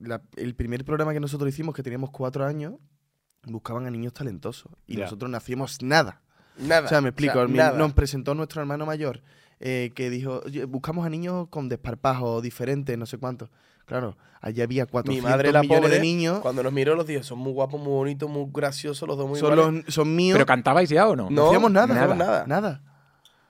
[SPEAKER 2] la- el primer programa que nosotros hicimos, que teníamos cuatro años, buscaban a niños talentosos. Y
[SPEAKER 1] Ya.
[SPEAKER 2] nosotros no hacíamos nada.
[SPEAKER 3] Nada.
[SPEAKER 2] O sea, me explico.
[SPEAKER 3] O sea,
[SPEAKER 2] mi-
[SPEAKER 3] nada.
[SPEAKER 2] nos presentó nuestro hermano mayor eh, que dijo, "Oye, buscamos a niños con desparpajo diferentes, no sé cuántos. Claro, allí había 400
[SPEAKER 3] Mi madre, la
[SPEAKER 2] millones
[SPEAKER 3] pobre,
[SPEAKER 2] de niños.
[SPEAKER 3] cuando nos miró los dijo, son muy guapos, muy bonitos, muy graciosos, los dos muy
[SPEAKER 2] Son,
[SPEAKER 3] iguales".
[SPEAKER 2] los- son míos.
[SPEAKER 1] ¿Pero cantabais ya o no?
[SPEAKER 3] No,
[SPEAKER 2] no hacíamos nada.
[SPEAKER 1] nada,
[SPEAKER 2] Nada.
[SPEAKER 3] nada.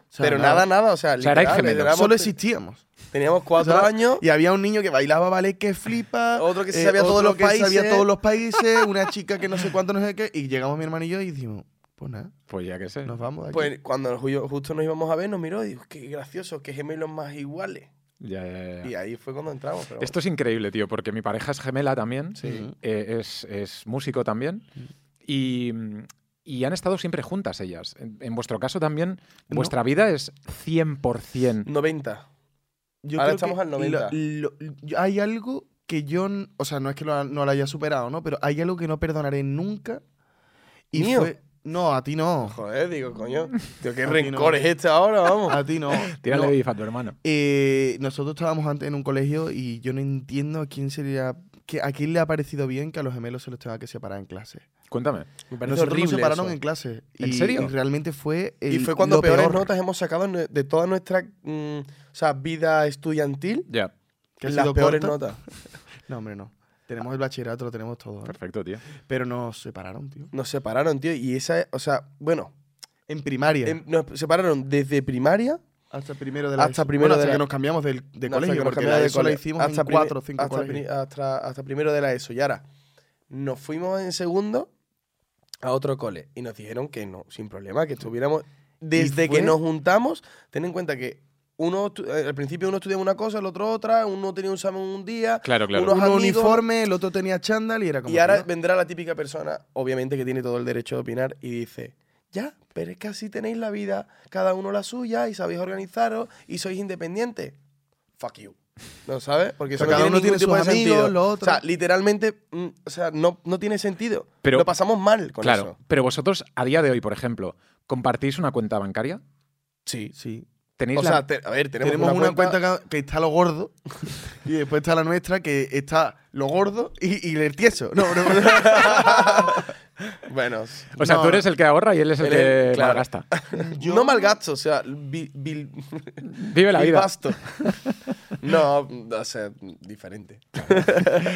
[SPEAKER 2] O sea,
[SPEAKER 3] Pero nada, nada, o sea,
[SPEAKER 1] sea, erais
[SPEAKER 3] literal,
[SPEAKER 1] gemelos.
[SPEAKER 3] éramos-
[SPEAKER 2] Solo existíamos.
[SPEAKER 3] Teníamos cuatro
[SPEAKER 2] O sea,
[SPEAKER 3] años
[SPEAKER 2] Y había un niño que bailaba ballet que flipa. eh,
[SPEAKER 3] Otro que se sabía todos
[SPEAKER 2] otro
[SPEAKER 3] los
[SPEAKER 2] que se sabía
[SPEAKER 3] países.
[SPEAKER 2] todos los países. Una chica que no sé cuánto, no sé qué. Y llegamos mi hermano y yo y dijimos, pues nada,
[SPEAKER 1] Pues ya que sé.
[SPEAKER 2] nos vamos de aquí.
[SPEAKER 3] Pues cuando ju- justo nos íbamos a ver, nos miró y dijo, qué gracioso, qué gemelos más iguales.
[SPEAKER 1] Ya, ya, ya.
[SPEAKER 3] Y ahí fue cuando entramos. pero
[SPEAKER 1] Esto es increíble, tío, porque mi pareja es gemela también,
[SPEAKER 2] Sí.
[SPEAKER 1] eh, es, es músico también,
[SPEAKER 2] Mm.
[SPEAKER 1] y, mm, y han estado siempre juntas ellas. En, en vuestro caso también,
[SPEAKER 2] No.
[SPEAKER 1] vuestra vida es 100%.
[SPEAKER 3] 90.
[SPEAKER 2] Yo
[SPEAKER 3] Ahora
[SPEAKER 2] creo que
[SPEAKER 3] estamos al 90.
[SPEAKER 2] lo- lo- yo- hay algo que yo, n- o sea, no es que lo, ha- no lo haya superado, ¿no? Pero hay algo que no perdonaré nunca. Y
[SPEAKER 3] ¿Mío?
[SPEAKER 2] fue- no, a ti no.
[SPEAKER 3] Joder, digo, coño. Tío, qué
[SPEAKER 2] A ti
[SPEAKER 3] rencor
[SPEAKER 2] no.
[SPEAKER 3] es este ahora, vamos.
[SPEAKER 2] A ti no.
[SPEAKER 1] Tírale
[SPEAKER 2] No.
[SPEAKER 1] bifa a tu hermano.
[SPEAKER 2] Eh, nosotros estábamos antes en un colegio y yo no entiendo a quién sería, que, a quién le ha parecido bien que a los gemelos se los tenga que separar en clase.
[SPEAKER 1] Cuéntame.
[SPEAKER 3] Me parece
[SPEAKER 2] Nosotros
[SPEAKER 3] horrible.
[SPEAKER 2] nos separaron
[SPEAKER 3] eso.
[SPEAKER 2] en clase.
[SPEAKER 1] ¿En
[SPEAKER 2] y,
[SPEAKER 1] serio?
[SPEAKER 2] y realmente fue
[SPEAKER 3] y
[SPEAKER 2] el-
[SPEAKER 3] fue cuando
[SPEAKER 2] lo
[SPEAKER 3] peores
[SPEAKER 2] peor.
[SPEAKER 3] notas hemos sacado ne- de toda nuestra mm, o sea, vida estudiantil.
[SPEAKER 1] Ya,
[SPEAKER 2] que ha
[SPEAKER 3] las
[SPEAKER 2] sido
[SPEAKER 3] peores Ah.
[SPEAKER 2] corta.
[SPEAKER 3] notas.
[SPEAKER 2] No, hombre, no. Tenemos el bachillerato, lo tenemos todo. ¿no?
[SPEAKER 1] perfecto, tío.
[SPEAKER 2] Pero nos separaron, tío.
[SPEAKER 3] Nos separaron, tío. Y esa, o sea, bueno,
[SPEAKER 2] En primaria.
[SPEAKER 3] em, nos separaron desde primaria
[SPEAKER 2] Hasta primero de la
[SPEAKER 3] Hasta primero
[SPEAKER 2] hasta
[SPEAKER 3] de la-
[SPEAKER 2] que nos cambiamos del, de
[SPEAKER 3] No, hasta
[SPEAKER 2] colegio,
[SPEAKER 3] que nos
[SPEAKER 2] porque
[SPEAKER 3] cambiamos
[SPEAKER 2] la
[SPEAKER 3] de
[SPEAKER 2] ESO la
[SPEAKER 3] colegio.
[SPEAKER 2] hicimos en
[SPEAKER 3] Hasta primi-
[SPEAKER 2] cuatro o cinco
[SPEAKER 3] hasta,
[SPEAKER 2] colegios.
[SPEAKER 3] pri- hasta, hasta primero de la ESO. Y ahora nos fuimos en segundo a otro cole y nos dijeron que no, sin problema, que estuviéramos... Desde
[SPEAKER 2] fue-
[SPEAKER 3] que nos juntamos, ten en cuenta que uno estu- eh, al principio uno estudiaba una cosa, el otro otra, uno tenía un examen un día,
[SPEAKER 1] Claro, claro.
[SPEAKER 3] unos
[SPEAKER 2] Uno
[SPEAKER 3] amigos-
[SPEAKER 2] uniforme, el otro tenía chándal y era como...
[SPEAKER 3] y ahora
[SPEAKER 2] tío,
[SPEAKER 3] vendrá la típica persona, obviamente que tiene todo el derecho de opinar, y dice, ya, pero es que así tenéis la vida, cada uno la suya, y sabéis organizaros, y sois independientes. Fuck you. ¿No sabes? Porque eso
[SPEAKER 2] O sea, cada
[SPEAKER 3] no
[SPEAKER 2] uno
[SPEAKER 3] tiene,
[SPEAKER 2] tiene
[SPEAKER 3] ningún
[SPEAKER 2] sus
[SPEAKER 3] tipo de
[SPEAKER 2] amigos,
[SPEAKER 3] sentido.
[SPEAKER 2] lo
[SPEAKER 3] O sea,
[SPEAKER 2] otro.
[SPEAKER 3] literalmente, mm, o sea, no, no tiene sentido.
[SPEAKER 1] Pero-
[SPEAKER 3] Lo pasamos mal con
[SPEAKER 1] claro,
[SPEAKER 3] eso.
[SPEAKER 1] pero vosotros a día de hoy, por ejemplo, ¿compartís una cuenta bancaria?
[SPEAKER 3] Sí.
[SPEAKER 2] Sí.
[SPEAKER 1] ¿Tenéis
[SPEAKER 3] O
[SPEAKER 1] la-
[SPEAKER 3] sea, te- a ver, tenemos,
[SPEAKER 2] Tenemos, una, cuenta, que- que está lo gordo y después está la nuestra que está lo gordo y, y el tieso. No, no, no.
[SPEAKER 3] Bueno,
[SPEAKER 1] O sea,
[SPEAKER 2] no.
[SPEAKER 1] tú eres el que ahorra y él es el
[SPEAKER 3] Él es-
[SPEAKER 1] que
[SPEAKER 3] claro.
[SPEAKER 1] malgasta.
[SPEAKER 2] Yo-
[SPEAKER 3] no malgasto, o sea, vi- vil-
[SPEAKER 1] Vive la vida.
[SPEAKER 3] vilbasto. no, o sea, diferente.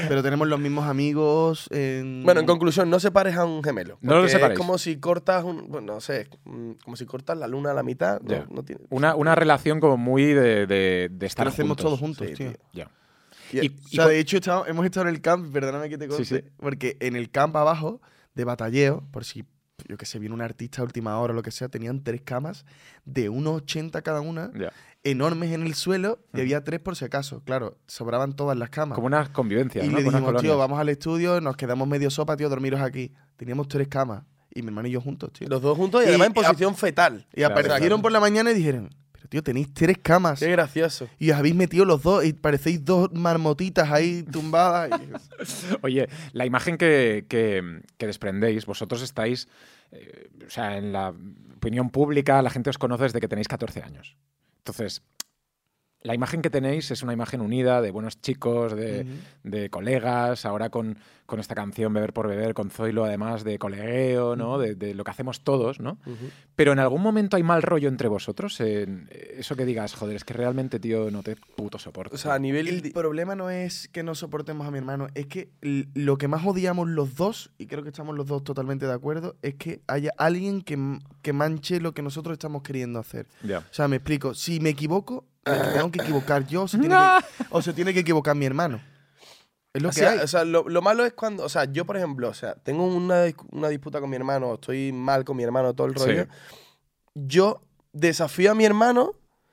[SPEAKER 2] Pero tenemos los mismos amigos. En...
[SPEAKER 3] Bueno, en conclusión, no separes a un gemelo.
[SPEAKER 1] Mm. No lo
[SPEAKER 3] porque
[SPEAKER 1] separéis.
[SPEAKER 3] Es como si cortas un. Bueno, no sé. mm, Como si cortas la luna a la mitad. no-
[SPEAKER 1] Ya.
[SPEAKER 3] No, tiene.
[SPEAKER 1] Una, una relación como muy de, de, de
[SPEAKER 2] Que
[SPEAKER 1] estar
[SPEAKER 2] lo hacemos todos
[SPEAKER 1] juntos.
[SPEAKER 2] juntos,
[SPEAKER 3] Sí,
[SPEAKER 2] tío.
[SPEAKER 3] tío.
[SPEAKER 1] Ya.
[SPEAKER 3] Y-
[SPEAKER 1] Y-
[SPEAKER 2] O sea, de hecho, estaba- hemos estado en el camp, perdóname que te conte,
[SPEAKER 1] Sí, sí.
[SPEAKER 2] porque en el camp abajo de batalleo, por si, yo que sé, viene un artista a última hora o lo que sea, tenían tres camas de 1,80 cada una,
[SPEAKER 1] ya.
[SPEAKER 2] enormes en el suelo, y había tres por si acaso. Claro, sobraban todas las camas.
[SPEAKER 1] Como unas convivencias,
[SPEAKER 2] y
[SPEAKER 1] ¿no?
[SPEAKER 2] le
[SPEAKER 1] Con unas
[SPEAKER 2] dijimos, tío,
[SPEAKER 1] colonias.
[SPEAKER 2] vamos al estudio, nos quedamos medio sopa, tío, dormiros aquí. Teníamos tres camas, y mi hermano y yo juntos, tío.
[SPEAKER 3] Los dos juntos y,
[SPEAKER 2] Y-
[SPEAKER 3] además en
[SPEAKER 2] y a-
[SPEAKER 3] posición fetal.
[SPEAKER 2] Y
[SPEAKER 1] Claro,
[SPEAKER 2] aparecieron
[SPEAKER 3] claro.
[SPEAKER 2] por la mañana y dijeron, pero tío, tenéis tres camas.
[SPEAKER 3] Qué gracioso.
[SPEAKER 2] Y os habéis metido los dos y parecéis dos marmotitas ahí tumbadas. y-
[SPEAKER 1] Oye, la imagen que, que- que desprendéis, vosotros estáis, eh, o sea, en la opinión pública, la gente os conoce desde que tenéis 14 años. Entonces, la imagen que tenéis es una imagen unida de buenos chicos, de,
[SPEAKER 2] Ujú.
[SPEAKER 1] de colegas, ahora con, con esta canción Beber por Beber, con Zoilo, además de colegueo, ¿no? De, de lo que hacemos todos, ¿no? Pero en algún momento hay mal rollo entre vosotros, en eso que digas, joder, es que realmente, tío, no te puto soporto.
[SPEAKER 3] O sea, a nivel.
[SPEAKER 2] El
[SPEAKER 3] indi-
[SPEAKER 2] problema no es que no soportemos a mi hermano, es que l- lo que más odiamos los dos, y creo que estamos los dos totalmente de acuerdo, es que haya alguien que, m- que manche lo que nosotros estamos queriendo hacer.
[SPEAKER 1] Ya.
[SPEAKER 2] O sea, me explico, si me equivoco, me
[SPEAKER 3] Ah.
[SPEAKER 2] tengo que equivocar yo, se tiene que- o se tiene que equivocar mi hermano. Es lo
[SPEAKER 3] o
[SPEAKER 2] que
[SPEAKER 3] sea,
[SPEAKER 2] hay.
[SPEAKER 3] o sea, lo, lo malo es cuando, o sea, yo por ejemplo, o sea, tengo una, dis- una disputa con mi hermano, o estoy mal con mi hermano, todo el
[SPEAKER 1] Sí.
[SPEAKER 3] rollo. Yo desafío a mi hermano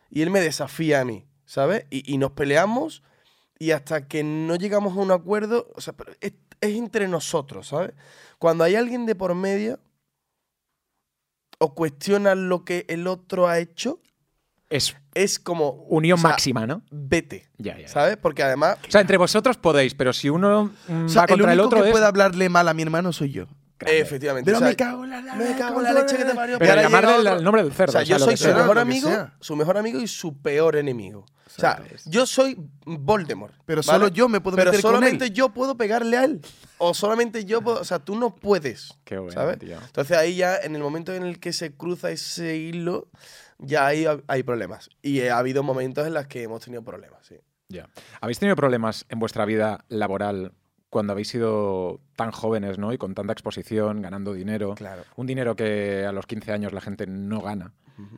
[SPEAKER 3] y él me desafía a mí, ¿sabes? Y, y nos peleamos y hasta que no llegamos a un acuerdo, o sea, pero es, es entre nosotros, ¿sabes? Cuando hay alguien de por medio o cuestiona lo que el otro ha hecho,
[SPEAKER 1] Es
[SPEAKER 3] es como,
[SPEAKER 1] unión
[SPEAKER 3] O sea,
[SPEAKER 1] máxima, ¿no?
[SPEAKER 3] vete,
[SPEAKER 1] Ya, ya. ya.
[SPEAKER 3] ¿sabes? Porque además
[SPEAKER 1] O sea, entre vosotros podéis, pero si uno mm,
[SPEAKER 2] O sea,
[SPEAKER 1] va
[SPEAKER 2] el único
[SPEAKER 1] contra el, otro
[SPEAKER 2] que
[SPEAKER 1] es...
[SPEAKER 2] puede hablarle mal a mi hermano soy yo.
[SPEAKER 1] Grande.
[SPEAKER 3] Efectivamente.
[SPEAKER 2] Pero
[SPEAKER 3] o sea,
[SPEAKER 2] me cago en la,
[SPEAKER 3] me cago en la leche que te parió.
[SPEAKER 1] Pero
[SPEAKER 3] Ahora
[SPEAKER 1] llamarle
[SPEAKER 3] llega
[SPEAKER 1] el,
[SPEAKER 3] otro-
[SPEAKER 1] el nombre del cerdo.
[SPEAKER 3] o sea, yo
[SPEAKER 1] lo
[SPEAKER 3] soy
[SPEAKER 1] que
[SPEAKER 3] su
[SPEAKER 2] sea, lo
[SPEAKER 3] mejor
[SPEAKER 2] que
[SPEAKER 3] amigo,
[SPEAKER 2] sea.
[SPEAKER 3] su mejor amigo y su peor enemigo. O sea,
[SPEAKER 2] Exacto.
[SPEAKER 3] yo soy Voldemort.
[SPEAKER 2] Pero
[SPEAKER 3] ¿vale?
[SPEAKER 2] solo yo me puedo
[SPEAKER 3] Pero
[SPEAKER 2] meter con él.
[SPEAKER 3] solamente yo puedo pegarle a él. O solamente yo puedo. O sea, tú no puedes.
[SPEAKER 1] Qué bueno,
[SPEAKER 3] ¿sabes?
[SPEAKER 1] tío.
[SPEAKER 3] Entonces ahí ya, en el momento en el que se cruza ese hilo, ya ahí ha- hay problemas. Y ha habido momentos en los que hemos tenido problemas, sí.
[SPEAKER 1] Ya. ¿Habéis tenido problemas en vuestra vida laboral cuando habéis sido tan jóvenes, ¿no? Y con tanta exposición, ganando dinero.
[SPEAKER 3] Claro.
[SPEAKER 1] Un dinero que a los 15 años la gente no gana.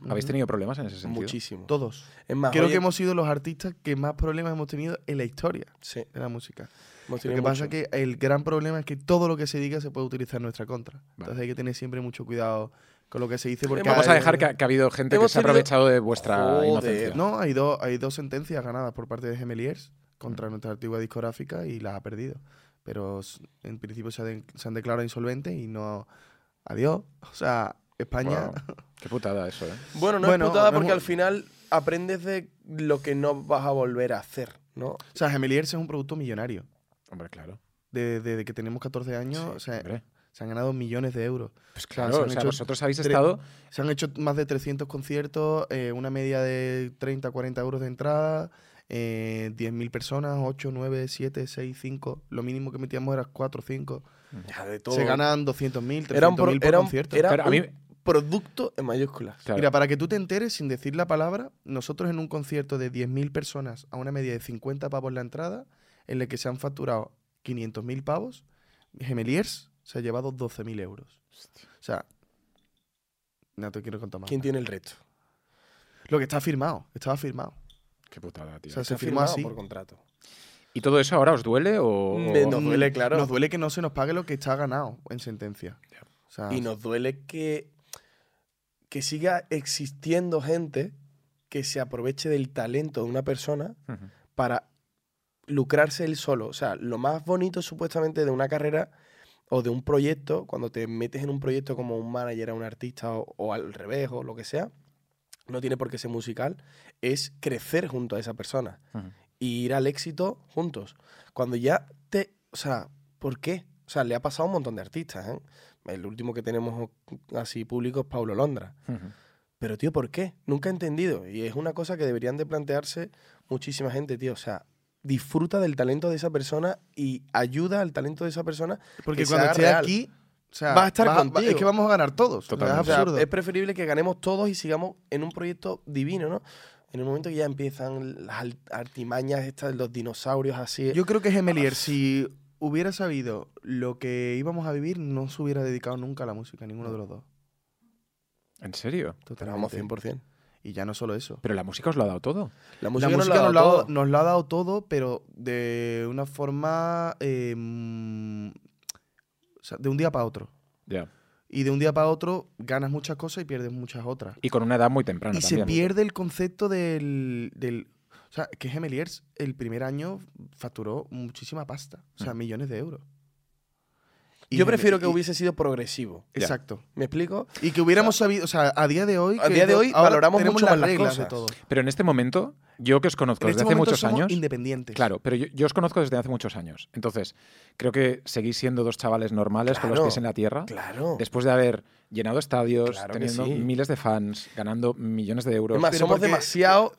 [SPEAKER 1] ¿Habéis tenido problemas en ese sentido?
[SPEAKER 3] Muchísimo.
[SPEAKER 2] Todos.
[SPEAKER 3] Es más,
[SPEAKER 2] Creo
[SPEAKER 3] hoy-
[SPEAKER 2] que hemos sido los artistas que más problemas hemos tenido en la historia
[SPEAKER 3] Sí,
[SPEAKER 2] de la música.
[SPEAKER 3] hemos
[SPEAKER 2] Lo
[SPEAKER 3] tenido
[SPEAKER 2] que pasa es
[SPEAKER 3] mucho.
[SPEAKER 2] que el gran problema es que todo lo que se diga se puede utilizar en nuestra contra. Entonces
[SPEAKER 1] Vale.
[SPEAKER 2] hay que tener siempre mucho cuidado con lo que se dice porque...
[SPEAKER 1] Vamos a
[SPEAKER 2] hay-
[SPEAKER 1] dejar que, ha- que ha habido gente que
[SPEAKER 3] Hemos
[SPEAKER 1] se ha
[SPEAKER 3] tenido-
[SPEAKER 1] aprovechado de vuestra
[SPEAKER 3] Joder.
[SPEAKER 1] inocencia.
[SPEAKER 2] No, hay, dos hay dos sentencias ganadas por parte de Gemeliers contra nuestra antigua discográfica y las ha perdido. Pero s- en principio se, ha de- se han declarado insolventes y no... Adiós. O sea, España...
[SPEAKER 1] Guau. Qué putada eso, ¿eh?
[SPEAKER 3] Bueno, no
[SPEAKER 2] Bueno,
[SPEAKER 3] es putada
[SPEAKER 2] no es
[SPEAKER 3] porque
[SPEAKER 2] mu-
[SPEAKER 3] al final aprendes de lo que no vas a volver a hacer, ¿no?
[SPEAKER 2] O sea, Gemeliers es un producto millonario.
[SPEAKER 1] Hombre, claro.
[SPEAKER 2] Desde que tenemos 14 años
[SPEAKER 3] Sí,
[SPEAKER 2] o sea,
[SPEAKER 1] Hombre.
[SPEAKER 2] se han ganado millones de euros.
[SPEAKER 1] Pues
[SPEAKER 2] claro,
[SPEAKER 1] claro,
[SPEAKER 2] se han
[SPEAKER 1] o sea,
[SPEAKER 2] hecho
[SPEAKER 1] vosotros habéis
[SPEAKER 2] tres-
[SPEAKER 1] estado...
[SPEAKER 2] Se han hecho más de 300 conciertos, eh, una media de 30, 40 euros de entrada, eh, 10.000 personas, 8, 9, 7, 6, 5. Lo mínimo que metíamos era 4, 5.
[SPEAKER 3] Ya, de todo.
[SPEAKER 2] Se ganan 200.000,
[SPEAKER 3] Era un pro-
[SPEAKER 2] 300.000 por
[SPEAKER 3] era un-
[SPEAKER 2] concierto.
[SPEAKER 3] era
[SPEAKER 1] Claro, a mí-
[SPEAKER 3] un producto en mayúsculas.
[SPEAKER 1] claro.
[SPEAKER 2] Mira, para que tú te enteres, sin decir la palabra, nosotros en un concierto de 10.000 personas a una media de 50 pavos la entrada, en la que se han facturado 500.000 pavos, Gemeliers se ha llevado 12.000 euros. O sea, no te quiero contar más.
[SPEAKER 3] ¿Quién tiene el reto?
[SPEAKER 2] Lo que está firmado, estaba firmado.
[SPEAKER 1] Qué putada, tío.
[SPEAKER 2] O sea, se
[SPEAKER 3] Está
[SPEAKER 2] firmó
[SPEAKER 3] firmado
[SPEAKER 2] así.
[SPEAKER 3] por contrato.
[SPEAKER 1] ¿Y todo eso ahora os duele o...?
[SPEAKER 3] Me-
[SPEAKER 1] o-
[SPEAKER 3] Nos duele, Mm, claro.
[SPEAKER 2] Nos duele que no se nos pague lo que está ganado en sentencia. O sea,
[SPEAKER 3] Y nos duele que, que siga existiendo gente que se aproveche del talento de una persona
[SPEAKER 1] Ujú.
[SPEAKER 3] para lucrarse él solo. O sea, lo más bonito supuestamente de una carrera o de un proyecto, cuando te metes en un proyecto como un manager a un artista o, o al revés o lo que sea, no tiene por qué ser musical, es crecer junto a esa persona
[SPEAKER 1] Ujú.
[SPEAKER 3] y ir al éxito juntos. Cuando ya te... O sea, ¿por qué? O sea, le ha pasado a un montón de artistas. ¿eh? El último que tenemos así público es Paulo Londra.
[SPEAKER 1] Ujú.
[SPEAKER 3] Pero, tío, ¿por qué? Nunca he entendido. Y es una cosa que deberían de plantearse muchísima gente, tío. O sea, disfruta del talento de esa persona y ayuda al talento de esa persona.
[SPEAKER 2] porque
[SPEAKER 3] que se
[SPEAKER 2] cuando
[SPEAKER 3] haga
[SPEAKER 2] esté
[SPEAKER 3] real.
[SPEAKER 2] aquí, o sea,
[SPEAKER 3] Vas a estar
[SPEAKER 2] va- va-
[SPEAKER 3] contigo.
[SPEAKER 2] es que vamos a ganar todos. O sea,
[SPEAKER 1] Totalmente.
[SPEAKER 3] O
[SPEAKER 2] es
[SPEAKER 3] sea,
[SPEAKER 2] absurdo.
[SPEAKER 3] es preferible que ganemos todos y sigamos en un proyecto divino, ¿no? En el momento que ya empiezan las al- artimañas estas de los dinosaurios así.
[SPEAKER 2] Yo creo que
[SPEAKER 3] Ah.
[SPEAKER 2] Gemelier, si hubiera sabido lo que íbamos a vivir, no se hubiera dedicado nunca a la música, ninguno de los dos.
[SPEAKER 1] ¿En serio?
[SPEAKER 3] pero vamos
[SPEAKER 2] Totalmente.
[SPEAKER 3] 100%.
[SPEAKER 2] Y ya no solo eso.
[SPEAKER 1] Pero la música os lo ha dado todo.
[SPEAKER 3] La
[SPEAKER 2] La
[SPEAKER 3] música,
[SPEAKER 2] música
[SPEAKER 3] nos,
[SPEAKER 2] nos, lo ha dado-
[SPEAKER 3] todo.
[SPEAKER 2] nos lo ha dado todo, pero de una forma. eh, mm, o sea, de un día para otro.
[SPEAKER 1] Ya.
[SPEAKER 2] Y de un día para otro ganas muchas cosas y pierdes muchas otras.
[SPEAKER 1] Y con una edad muy temprana
[SPEAKER 2] y se
[SPEAKER 1] también.
[SPEAKER 2] pierde el concepto del, del- O sea, que Gemeliers el primer año facturó muchísima pasta. O sea, millones de euros. Y
[SPEAKER 3] Mm. Yo
[SPEAKER 2] Geme-
[SPEAKER 3] prefiero que
[SPEAKER 2] y-
[SPEAKER 3] hubiese sido progresivo.
[SPEAKER 1] Ya.
[SPEAKER 2] Exacto.
[SPEAKER 3] ¿Me explico?
[SPEAKER 2] Y que hubiéramos sabido, o sea, a día de hoy...
[SPEAKER 3] A
[SPEAKER 2] que
[SPEAKER 3] día de
[SPEAKER 2] no-
[SPEAKER 3] hoy
[SPEAKER 2] ahora
[SPEAKER 3] valoramos
[SPEAKER 2] tenemos
[SPEAKER 3] mucho más las
[SPEAKER 2] reglas
[SPEAKER 3] cosas.
[SPEAKER 2] de todo.
[SPEAKER 1] Pero en este momento, yo que os conozco
[SPEAKER 2] En
[SPEAKER 1] desde
[SPEAKER 2] este
[SPEAKER 1] hace
[SPEAKER 2] momento
[SPEAKER 1] muchos
[SPEAKER 2] somos
[SPEAKER 1] años...
[SPEAKER 2] independientes.
[SPEAKER 1] Claro, pero yo, yo os conozco desde hace muchos años. Entonces, creo que seguís siendo dos chavales normales con los
[SPEAKER 3] Claro,
[SPEAKER 1] pies en la tierra.
[SPEAKER 3] Claro.
[SPEAKER 1] Después de haber llenado estadios,
[SPEAKER 3] Claro que
[SPEAKER 1] teniendo
[SPEAKER 3] sí.
[SPEAKER 1] miles de fans, ganando millones de euros.
[SPEAKER 3] Es más,
[SPEAKER 2] Pero
[SPEAKER 3] somos
[SPEAKER 2] porque-
[SPEAKER 3] demasiado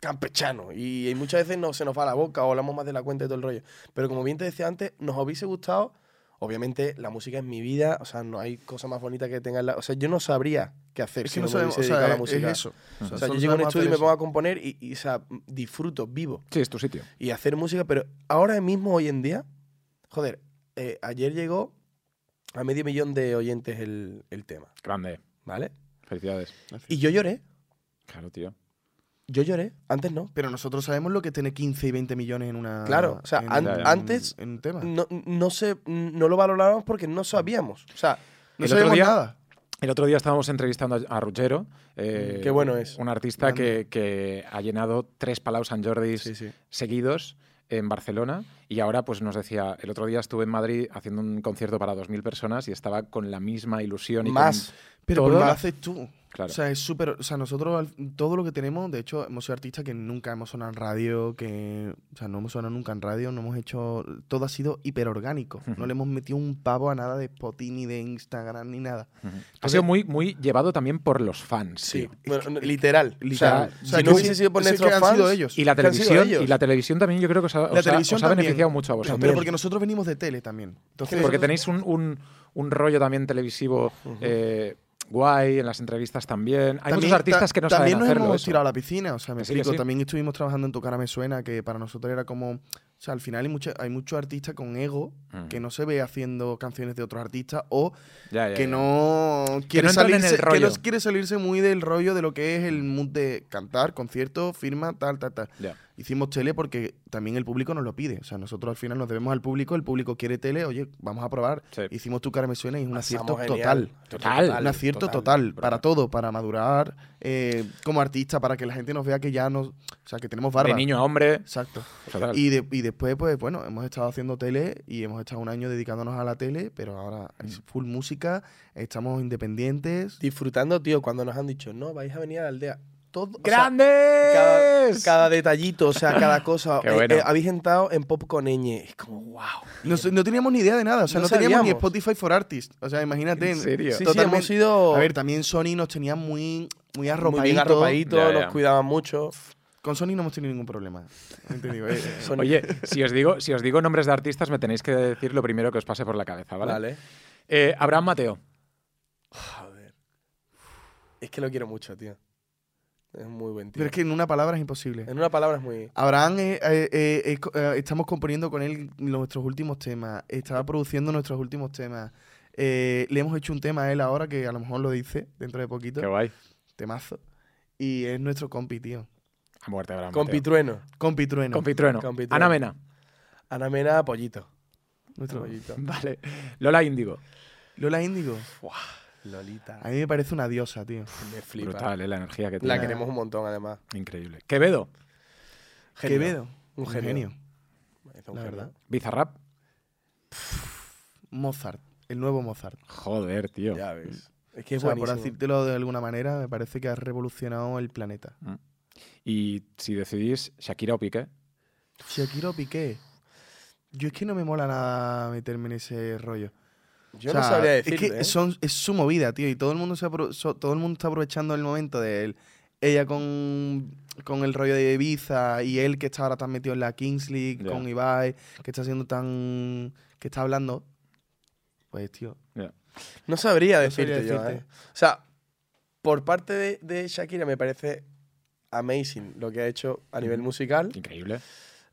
[SPEAKER 3] campechanos y muchas veces no, se nos va la boca o hablamos más de la cuenta y todo el rollo. Pero como bien te decía antes, nos hubiese gustado. Obviamente, la música es mi vida, o sea, no hay cosa más bonita que tenga en la. O sea, yo no sabría qué hacer
[SPEAKER 2] Es
[SPEAKER 3] si
[SPEAKER 2] que no
[SPEAKER 3] no me
[SPEAKER 2] sabemos,
[SPEAKER 3] hubiese
[SPEAKER 2] o
[SPEAKER 3] dedicado a
[SPEAKER 2] sea,
[SPEAKER 3] la
[SPEAKER 2] es,
[SPEAKER 3] música.
[SPEAKER 2] eso. O
[SPEAKER 3] O sea, yo
[SPEAKER 2] solo
[SPEAKER 3] llego a un
[SPEAKER 2] sabemos
[SPEAKER 3] estudio y
[SPEAKER 2] hacer
[SPEAKER 3] me
[SPEAKER 2] eso.
[SPEAKER 3] pongo a componer y, y, o sea, disfruto, vivo
[SPEAKER 1] Sí, es tu sitio.
[SPEAKER 3] y hacer música, pero ahora mismo, hoy en día, joder, eh, ayer llegó a medio millón de oyentes el, el tema,
[SPEAKER 1] Grande.
[SPEAKER 3] ¿vale?
[SPEAKER 1] Felicidades.
[SPEAKER 3] Y yo lloré,
[SPEAKER 1] Claro, tío.
[SPEAKER 3] yo lloré, antes no.
[SPEAKER 2] Pero nosotros sabemos lo que tiene 15 y 20 millones en una...
[SPEAKER 3] Claro, o sea,
[SPEAKER 2] en-
[SPEAKER 3] an-
[SPEAKER 2] en-
[SPEAKER 3] antes-
[SPEAKER 2] En un tema. No,
[SPEAKER 3] No, no, sé, no lo valorábamos porque no sabíamos. O sea,
[SPEAKER 1] otro
[SPEAKER 2] sabemos
[SPEAKER 1] día-
[SPEAKER 2] nada.
[SPEAKER 1] El otro día estábamos entrevistando a a Ruggero. eh,
[SPEAKER 3] Mm, Qué bueno es.
[SPEAKER 1] Un artista que, que ha llenado tres Palau San Jordi
[SPEAKER 3] sí.
[SPEAKER 1] seguidos en Barcelona y ahora pues nos decía, el otro día estuve en Madrid haciendo un concierto para 2.000 personas y estaba con la misma ilusión y con-
[SPEAKER 3] más.
[SPEAKER 2] Pero
[SPEAKER 1] todo-
[SPEAKER 2] porque lo haces tú.
[SPEAKER 1] Claro.
[SPEAKER 2] O sea, es súper. O sea, nosotros al- todo lo que tenemos, de hecho, hemos sido artistas que nunca hemos sonado en radio, que. O sea, no hemos sonado nunca en radio, no hemos hecho. Todo ha sido hiperorgánico. No le hemos metido un pavo a nada de Spotify, ni de Instagram, ni nada.
[SPEAKER 1] Ujú. ha sido muy, muy llevado también por los fans.
[SPEAKER 3] Sí,
[SPEAKER 1] tío.
[SPEAKER 3] bueno, literal.
[SPEAKER 1] literal.
[SPEAKER 3] O sea,
[SPEAKER 1] O
[SPEAKER 3] si
[SPEAKER 1] sea,
[SPEAKER 3] no
[SPEAKER 1] que
[SPEAKER 3] hubiese sido por
[SPEAKER 2] es que
[SPEAKER 3] nuestros
[SPEAKER 2] han
[SPEAKER 3] fans,
[SPEAKER 2] sido ellos.
[SPEAKER 1] Y la
[SPEAKER 3] que han sido
[SPEAKER 1] televisión, y
[SPEAKER 3] ellos.
[SPEAKER 1] la televisión también yo creo que os ha, os ha-
[SPEAKER 2] televisión
[SPEAKER 1] os ha
[SPEAKER 2] también.
[SPEAKER 1] beneficiado mucho a vosotros.
[SPEAKER 2] Pero porque nosotros venimos de tele también. Entonces,
[SPEAKER 1] Porque tenéis un, un- un rollo también televisivo eh, guay, en las entrevistas también. Hay muchos
[SPEAKER 2] ta-
[SPEAKER 1] artistas que no
[SPEAKER 2] también
[SPEAKER 1] saben
[SPEAKER 2] nos
[SPEAKER 1] hacerlo.
[SPEAKER 2] hemos
[SPEAKER 1] eso.
[SPEAKER 2] tirado a la piscina, o sea, me
[SPEAKER 1] Que sí, que
[SPEAKER 2] explico.
[SPEAKER 1] sí.
[SPEAKER 2] También estuvimos trabajando en Tu cara me suena, que para nosotros era como... O sea, al final hay, mucha- hay muchos artistas con ego
[SPEAKER 1] Ujú.
[SPEAKER 2] que no se ve haciendo canciones de otros artistas o
[SPEAKER 1] Ya, ya,
[SPEAKER 2] que
[SPEAKER 1] ya.
[SPEAKER 2] no quiere
[SPEAKER 1] no entran en el
[SPEAKER 2] salirse, que
[SPEAKER 1] rollo.
[SPEAKER 2] no quiere salirse muy del rollo de lo que es el mood de cantar, concierto, firma, tal, tal, tal.
[SPEAKER 1] Ya.
[SPEAKER 2] Hicimos tele porque también el público nos lo pide. O sea, nosotros al final nos debemos al público, el público quiere tele, oye, vamos a probar.
[SPEAKER 1] Sí.
[SPEAKER 2] Hicimos tu cara me suena y es un
[SPEAKER 3] Pasamos
[SPEAKER 2] acierto
[SPEAKER 3] ah, genial.
[SPEAKER 2] total.
[SPEAKER 1] Total.
[SPEAKER 2] Un acierto total,
[SPEAKER 1] Brutal.
[SPEAKER 2] para todo, para madurar eh, como artista, para que la gente nos vea que ya nos. O sea, que tenemos barba.
[SPEAKER 1] De niño a hombre. pues
[SPEAKER 2] Exacto.
[SPEAKER 1] Total.
[SPEAKER 2] Y, de- y después, pues bueno, hemos estado haciendo tele y hemos estado un año dedicándonos a la tele, pero ahora es full música, estamos independientes.
[SPEAKER 3] disfrutando, tío, cuando nos han dicho, no, vais a venir a la aldea. Todo, o sea, cada,
[SPEAKER 1] ¡Grandes!
[SPEAKER 3] cada detallito, o sea, cada cosa.
[SPEAKER 1] Qué
[SPEAKER 3] Eh,
[SPEAKER 1] bueno.
[SPEAKER 3] eh, habéis entrado en Pop con Ñ. Es como, wow.
[SPEAKER 2] No, sé- no teníamos ni idea de nada, o sea,
[SPEAKER 3] No
[SPEAKER 2] no, teníamos ni
[SPEAKER 3] sabíamos.
[SPEAKER 2] Spotify for Artists. O sea, imagínate.
[SPEAKER 1] ¿En serio? Sí, sí,
[SPEAKER 2] totalmente-
[SPEAKER 3] hemos sido-
[SPEAKER 2] A ver, también Sony nos tenía muy, muy
[SPEAKER 3] Muy bien
[SPEAKER 2] arropaditos.
[SPEAKER 3] arropadito,
[SPEAKER 1] Ya, ya.
[SPEAKER 3] nos cuidaban mucho.
[SPEAKER 2] Con Sony no hemos tenido ningún problema. Te digo, eh, eh.
[SPEAKER 3] Son-
[SPEAKER 1] Oye, si os, digo, si os digo nombres de artistas, me tenéis que decir lo primero que os pase por la cabeza, ¿vale?
[SPEAKER 3] vale.
[SPEAKER 1] Eh, Abraham Mateo.
[SPEAKER 3] Joder. Es que lo quiero mucho, tío. Es muy buen tío.
[SPEAKER 2] Pero es que en una palabra es imposible.
[SPEAKER 3] En una palabra es muy.
[SPEAKER 2] Abraham, eh, eh, eh, es co- eh, estamos componiendo con él nuestros últimos temas. Estaba produciendo nuestros últimos temas. Eh, le hemos hecho un tema a él ahora que a lo mejor lo dice dentro de poquito.
[SPEAKER 1] Qué guay.
[SPEAKER 2] Temazo. Y, Y es nuestro compi, tío.
[SPEAKER 1] A muerte, Abraham. Mateo.
[SPEAKER 3] Compitrueno.
[SPEAKER 2] Compi trueno.
[SPEAKER 1] Compitrueno.
[SPEAKER 3] Compitrueno.
[SPEAKER 1] Ana Mena.
[SPEAKER 3] Ana Mena, pollito.
[SPEAKER 2] Nuestro-
[SPEAKER 3] Pollito.
[SPEAKER 1] Vale. Lola Índigo.
[SPEAKER 2] Lola Índigo.
[SPEAKER 3] Lolita.
[SPEAKER 2] A mí me parece una diosa, tío.
[SPEAKER 3] Me flipa.
[SPEAKER 1] Brutal, ¿eh? La energía que tiene.
[SPEAKER 3] La queremos un montón, además.
[SPEAKER 1] Increíble. Quevedo.
[SPEAKER 3] Genio.
[SPEAKER 2] Quevedo.
[SPEAKER 3] Un genio. Es un
[SPEAKER 2] la
[SPEAKER 3] genio.
[SPEAKER 2] verdad.
[SPEAKER 1] Bizarrap.
[SPEAKER 2] Mozart. El nuevo Mozart.
[SPEAKER 1] Joder, tío.
[SPEAKER 3] Ya ves. Es
[SPEAKER 2] O
[SPEAKER 3] que es
[SPEAKER 2] sea,
[SPEAKER 3] buenísimo.
[SPEAKER 2] por decírtelo de alguna manera, me parece que has revolucionado el planeta.
[SPEAKER 1] Y si decidís Shakira o Piqué,
[SPEAKER 2] Shakira o Piqué. Yo es que no me mola nada meterme en ese rollo.
[SPEAKER 3] Yo
[SPEAKER 2] O sea,
[SPEAKER 3] no sabría
[SPEAKER 2] es
[SPEAKER 3] decirte.
[SPEAKER 2] que
[SPEAKER 3] ¿eh?
[SPEAKER 2] son- es su movida, tío, y todo el mundo se apro- so- todo el mundo está aprovechando el momento de él. Ella con, con el rollo de Ibiza y él que está ahora tan metido en la Kings League
[SPEAKER 1] Ya.
[SPEAKER 2] con Ibai, que está siendo tan que está hablando. Pues tío,
[SPEAKER 3] No sabría
[SPEAKER 2] No sabría
[SPEAKER 3] decirte, yo.
[SPEAKER 2] decirte.
[SPEAKER 3] ¿eh? O sea, por parte de, de Shakira me parece amazing lo que ha hecho a nivel musical.
[SPEAKER 1] increíble.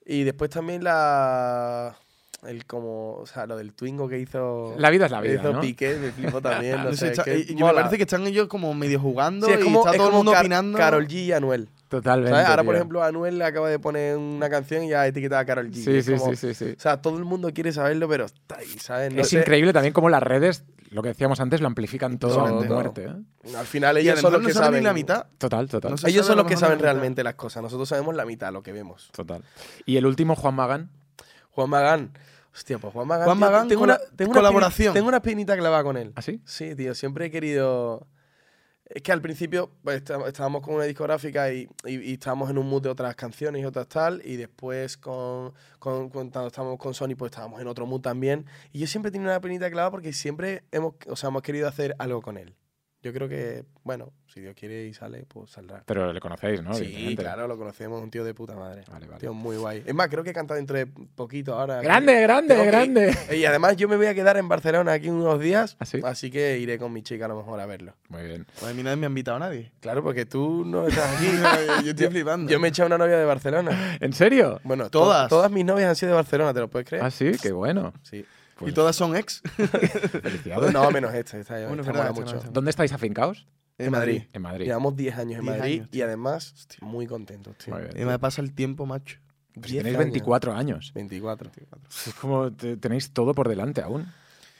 [SPEAKER 3] Y después también la. El como. O sea, lo del Twingo que hizo.
[SPEAKER 1] La vida es la
[SPEAKER 3] que
[SPEAKER 1] vida,
[SPEAKER 3] Oh, hizo
[SPEAKER 1] ¿no?
[SPEAKER 3] Piqué, me flipo también. No
[SPEAKER 2] no sé,
[SPEAKER 3] sé, es
[SPEAKER 2] está-
[SPEAKER 3] que
[SPEAKER 2] y- y me
[SPEAKER 3] mola.
[SPEAKER 2] parece que están ellos como medio jugando
[SPEAKER 3] Sí, es como,
[SPEAKER 2] y está
[SPEAKER 3] es
[SPEAKER 2] todo el
[SPEAKER 3] como
[SPEAKER 2] mundo
[SPEAKER 3] Car-
[SPEAKER 2] opinando.
[SPEAKER 3] Carol G y Anuel.
[SPEAKER 1] Totalmente.
[SPEAKER 3] ¿sabes? Ahora, por
[SPEAKER 1] tío.
[SPEAKER 3] ejemplo, Anuel le acaba de poner una canción y ha etiquetado a Carol G.
[SPEAKER 1] Sí,
[SPEAKER 3] Es
[SPEAKER 1] sí,
[SPEAKER 3] como-
[SPEAKER 1] sí, sí, sí.
[SPEAKER 3] O sea, todo el mundo quiere saberlo, pero está ahí, ¿sabes? No
[SPEAKER 1] es
[SPEAKER 3] sé.
[SPEAKER 1] increíble también cómo las redes, lo que decíamos antes, lo amplifican todo a
[SPEAKER 2] Totalmente.
[SPEAKER 1] muerte. ¿eh?
[SPEAKER 3] Al final
[SPEAKER 2] y a
[SPEAKER 3] ellos
[SPEAKER 2] lo
[SPEAKER 3] son los
[SPEAKER 2] mejor no
[SPEAKER 3] que
[SPEAKER 2] saben
[SPEAKER 3] saben.
[SPEAKER 2] ni la mitad.
[SPEAKER 1] Total, total.
[SPEAKER 2] No sé. saben
[SPEAKER 3] Ellos son
[SPEAKER 2] a
[SPEAKER 3] los
[SPEAKER 2] lo
[SPEAKER 3] que
[SPEAKER 2] mejor la
[SPEAKER 3] saben
[SPEAKER 2] mitad.
[SPEAKER 3] realmente las cosas. Nosotros sabemos la mitad, lo que vemos.
[SPEAKER 1] Total. Y el último, Juan Magán.
[SPEAKER 3] Juan Magán. Hostia, pues Juan Magán.
[SPEAKER 2] Juan
[SPEAKER 3] tío,
[SPEAKER 2] Magán,
[SPEAKER 3] tengo
[SPEAKER 2] cola-
[SPEAKER 3] una, tengo una espini-
[SPEAKER 2] colaboración.
[SPEAKER 3] tengo una espinita clavada con él.
[SPEAKER 1] ¿Así?
[SPEAKER 3] Sí, tío, siempre he querido. Es que al principio pues, está- estábamos con una discográfica y, y- y estábamos en un mood de otras canciones y otras tal, y después con, con- con- cuando estábamos con Sony, pues estábamos en otro mood también. Y yo siempre he tenido una penita clavada porque siempre hemos, o sea, hemos querido hacer algo con él. Yo creo que, bueno, si Dios quiere y sale, pues saldrá.
[SPEAKER 1] Pero le conocéis, ¿no?
[SPEAKER 3] sí,
[SPEAKER 1] Evidentemente.
[SPEAKER 3] claro, lo conocemos, un tío de puta madre.
[SPEAKER 1] Vale, vale.
[SPEAKER 3] Tío muy guay. Es más, creo que canta dentro de poquito ahora.
[SPEAKER 1] Grande, grande,
[SPEAKER 3] Tengo que-
[SPEAKER 1] grande.
[SPEAKER 3] Y además yo me voy a quedar en Barcelona aquí unos días,
[SPEAKER 1] ¿Ah, sí?
[SPEAKER 3] así que iré con mi chica a lo mejor a verlo.
[SPEAKER 1] Muy bien.
[SPEAKER 2] Pues a mí nadie me ha invitado a nadie.
[SPEAKER 3] Claro, porque tú no estás aquí.
[SPEAKER 2] yo, estoy
[SPEAKER 3] Yo-
[SPEAKER 2] flipando.
[SPEAKER 3] Yo me he echado una novia de Barcelona.
[SPEAKER 1] ¿En serio?
[SPEAKER 3] Bueno, to-
[SPEAKER 2] Todas.
[SPEAKER 3] todas mis novias han sido de Barcelona, ¿te lo puedes creer?
[SPEAKER 1] Ah, sí, qué bueno. Pues
[SPEAKER 3] Sí.
[SPEAKER 2] Y todas son ex
[SPEAKER 1] Felicidades.
[SPEAKER 3] No, menos esta. Esta, esta
[SPEAKER 2] Bueno, es
[SPEAKER 3] mola
[SPEAKER 2] verdad, esta no,
[SPEAKER 3] mucho.
[SPEAKER 2] esta no.
[SPEAKER 1] ¿Dónde estáis afincados?
[SPEAKER 2] en
[SPEAKER 3] Madrid.
[SPEAKER 2] Madrid.
[SPEAKER 1] En Madrid.
[SPEAKER 3] Llevamos 10 años
[SPEAKER 2] 10
[SPEAKER 3] en Madrid
[SPEAKER 2] años,
[SPEAKER 3] y además muy contentos, tío.
[SPEAKER 1] Muy bien.
[SPEAKER 2] Y me pasa el tiempo, macho.
[SPEAKER 1] Pues
[SPEAKER 3] 10
[SPEAKER 1] tenéis
[SPEAKER 3] años.
[SPEAKER 1] 24 años.
[SPEAKER 3] 24.
[SPEAKER 1] Es como te- tenéis todo por delante aún.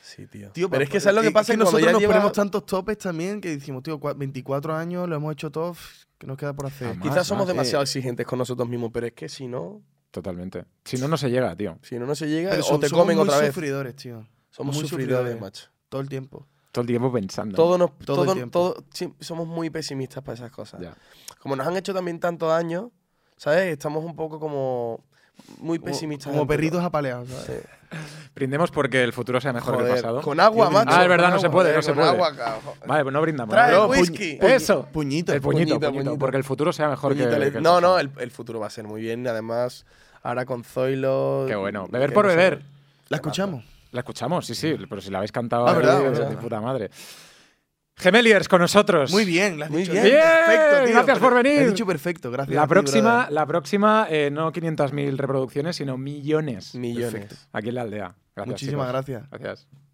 [SPEAKER 3] Sí, tío.
[SPEAKER 2] Tío,
[SPEAKER 3] Pero es que ¿sabes lo que pasa? Cuando
[SPEAKER 2] nosotros
[SPEAKER 3] ya
[SPEAKER 2] nos
[SPEAKER 3] lleva-
[SPEAKER 2] ponemos tantos topes también que decimos, tío, cua- 24 años, lo hemos hecho todo, que nos queda por hacer.
[SPEAKER 1] Jamás.
[SPEAKER 3] Quizás
[SPEAKER 1] más,
[SPEAKER 3] somos
[SPEAKER 2] eh.
[SPEAKER 1] más,
[SPEAKER 3] demasiado exigentes con nosotros mismos, pero es que si no,
[SPEAKER 1] Totalmente. Si no, no se llega, tío.
[SPEAKER 3] si no, no se llega
[SPEAKER 2] Pero
[SPEAKER 3] o
[SPEAKER 2] so-
[SPEAKER 3] te
[SPEAKER 2] somos
[SPEAKER 3] comen
[SPEAKER 2] muy
[SPEAKER 3] otra vez.
[SPEAKER 2] sufridores, tío.
[SPEAKER 3] Somos
[SPEAKER 2] muy
[SPEAKER 3] sufridores,
[SPEAKER 2] sufridores.
[SPEAKER 3] macho.
[SPEAKER 2] Todo el tiempo.
[SPEAKER 1] Todo el tiempo pensando.
[SPEAKER 3] Todo nos,
[SPEAKER 2] Todo el
[SPEAKER 3] todo-
[SPEAKER 2] tiempo.
[SPEAKER 3] todo- sí, somos muy pesimistas para esas cosas.
[SPEAKER 1] Ya.
[SPEAKER 3] Como nos han hecho también tantos daño, ¿sabes? Estamos un poco como muy
[SPEAKER 2] Como-
[SPEAKER 3] pesimistas.
[SPEAKER 2] Como
[SPEAKER 3] en todo.
[SPEAKER 2] perritos apaleados. ¿sabes?
[SPEAKER 3] Sí.
[SPEAKER 1] Brindemos porque el futuro sea mejor que el
[SPEAKER 3] Joder,
[SPEAKER 1] pasado.
[SPEAKER 3] Con agua,
[SPEAKER 2] Tío,
[SPEAKER 3] macho.
[SPEAKER 1] Ah, es verdad,
[SPEAKER 3] con
[SPEAKER 1] no se
[SPEAKER 3] agua,
[SPEAKER 1] puede,
[SPEAKER 3] eh,
[SPEAKER 1] no se
[SPEAKER 3] con
[SPEAKER 1] puede.
[SPEAKER 3] agua, cabrón.
[SPEAKER 1] Vale, pues no brindamos.
[SPEAKER 3] Trae
[SPEAKER 1] Bro,
[SPEAKER 3] whisky.
[SPEAKER 1] puñ- Eso.
[SPEAKER 2] Puñito.
[SPEAKER 1] El
[SPEAKER 3] Eh,
[SPEAKER 1] puñito,
[SPEAKER 3] Puñito,
[SPEAKER 1] puñito,
[SPEAKER 3] puñito.
[SPEAKER 1] Porque el futuro sea mejor que,
[SPEAKER 3] Puñito, le-
[SPEAKER 1] que el
[SPEAKER 3] eh. No,
[SPEAKER 1] pasado.
[SPEAKER 3] no, el, el futuro va a ser muy bien. Además, ahora con Zoilo.
[SPEAKER 1] Qué bueno.
[SPEAKER 3] que
[SPEAKER 1] Beber por
[SPEAKER 3] no sé.
[SPEAKER 1] beber.
[SPEAKER 2] La escuchamos.
[SPEAKER 1] La escuchamos, sí, sí. Pero si la habéis cantado.
[SPEAKER 2] Ah,
[SPEAKER 1] ahí,
[SPEAKER 2] verdad,
[SPEAKER 1] de
[SPEAKER 2] verdad.
[SPEAKER 1] puta madre. Gemeliers con nosotros.
[SPEAKER 2] Muy bien, la has
[SPEAKER 3] pues, Muy
[SPEAKER 2] dicho
[SPEAKER 3] bien.
[SPEAKER 1] Bien, gracias por
[SPEAKER 2] Lo has
[SPEAKER 1] venir.
[SPEAKER 2] dicho perfecto, gracias. a
[SPEAKER 1] La
[SPEAKER 2] ti,
[SPEAKER 1] próxima,
[SPEAKER 2] brother.
[SPEAKER 1] la próxima eh, no 500.000 reproducciones, sino millones
[SPEAKER 3] Millones.
[SPEAKER 1] aquí en la aldea. Gracias, chicos.
[SPEAKER 2] Muchísimas gracias.
[SPEAKER 1] Gracias.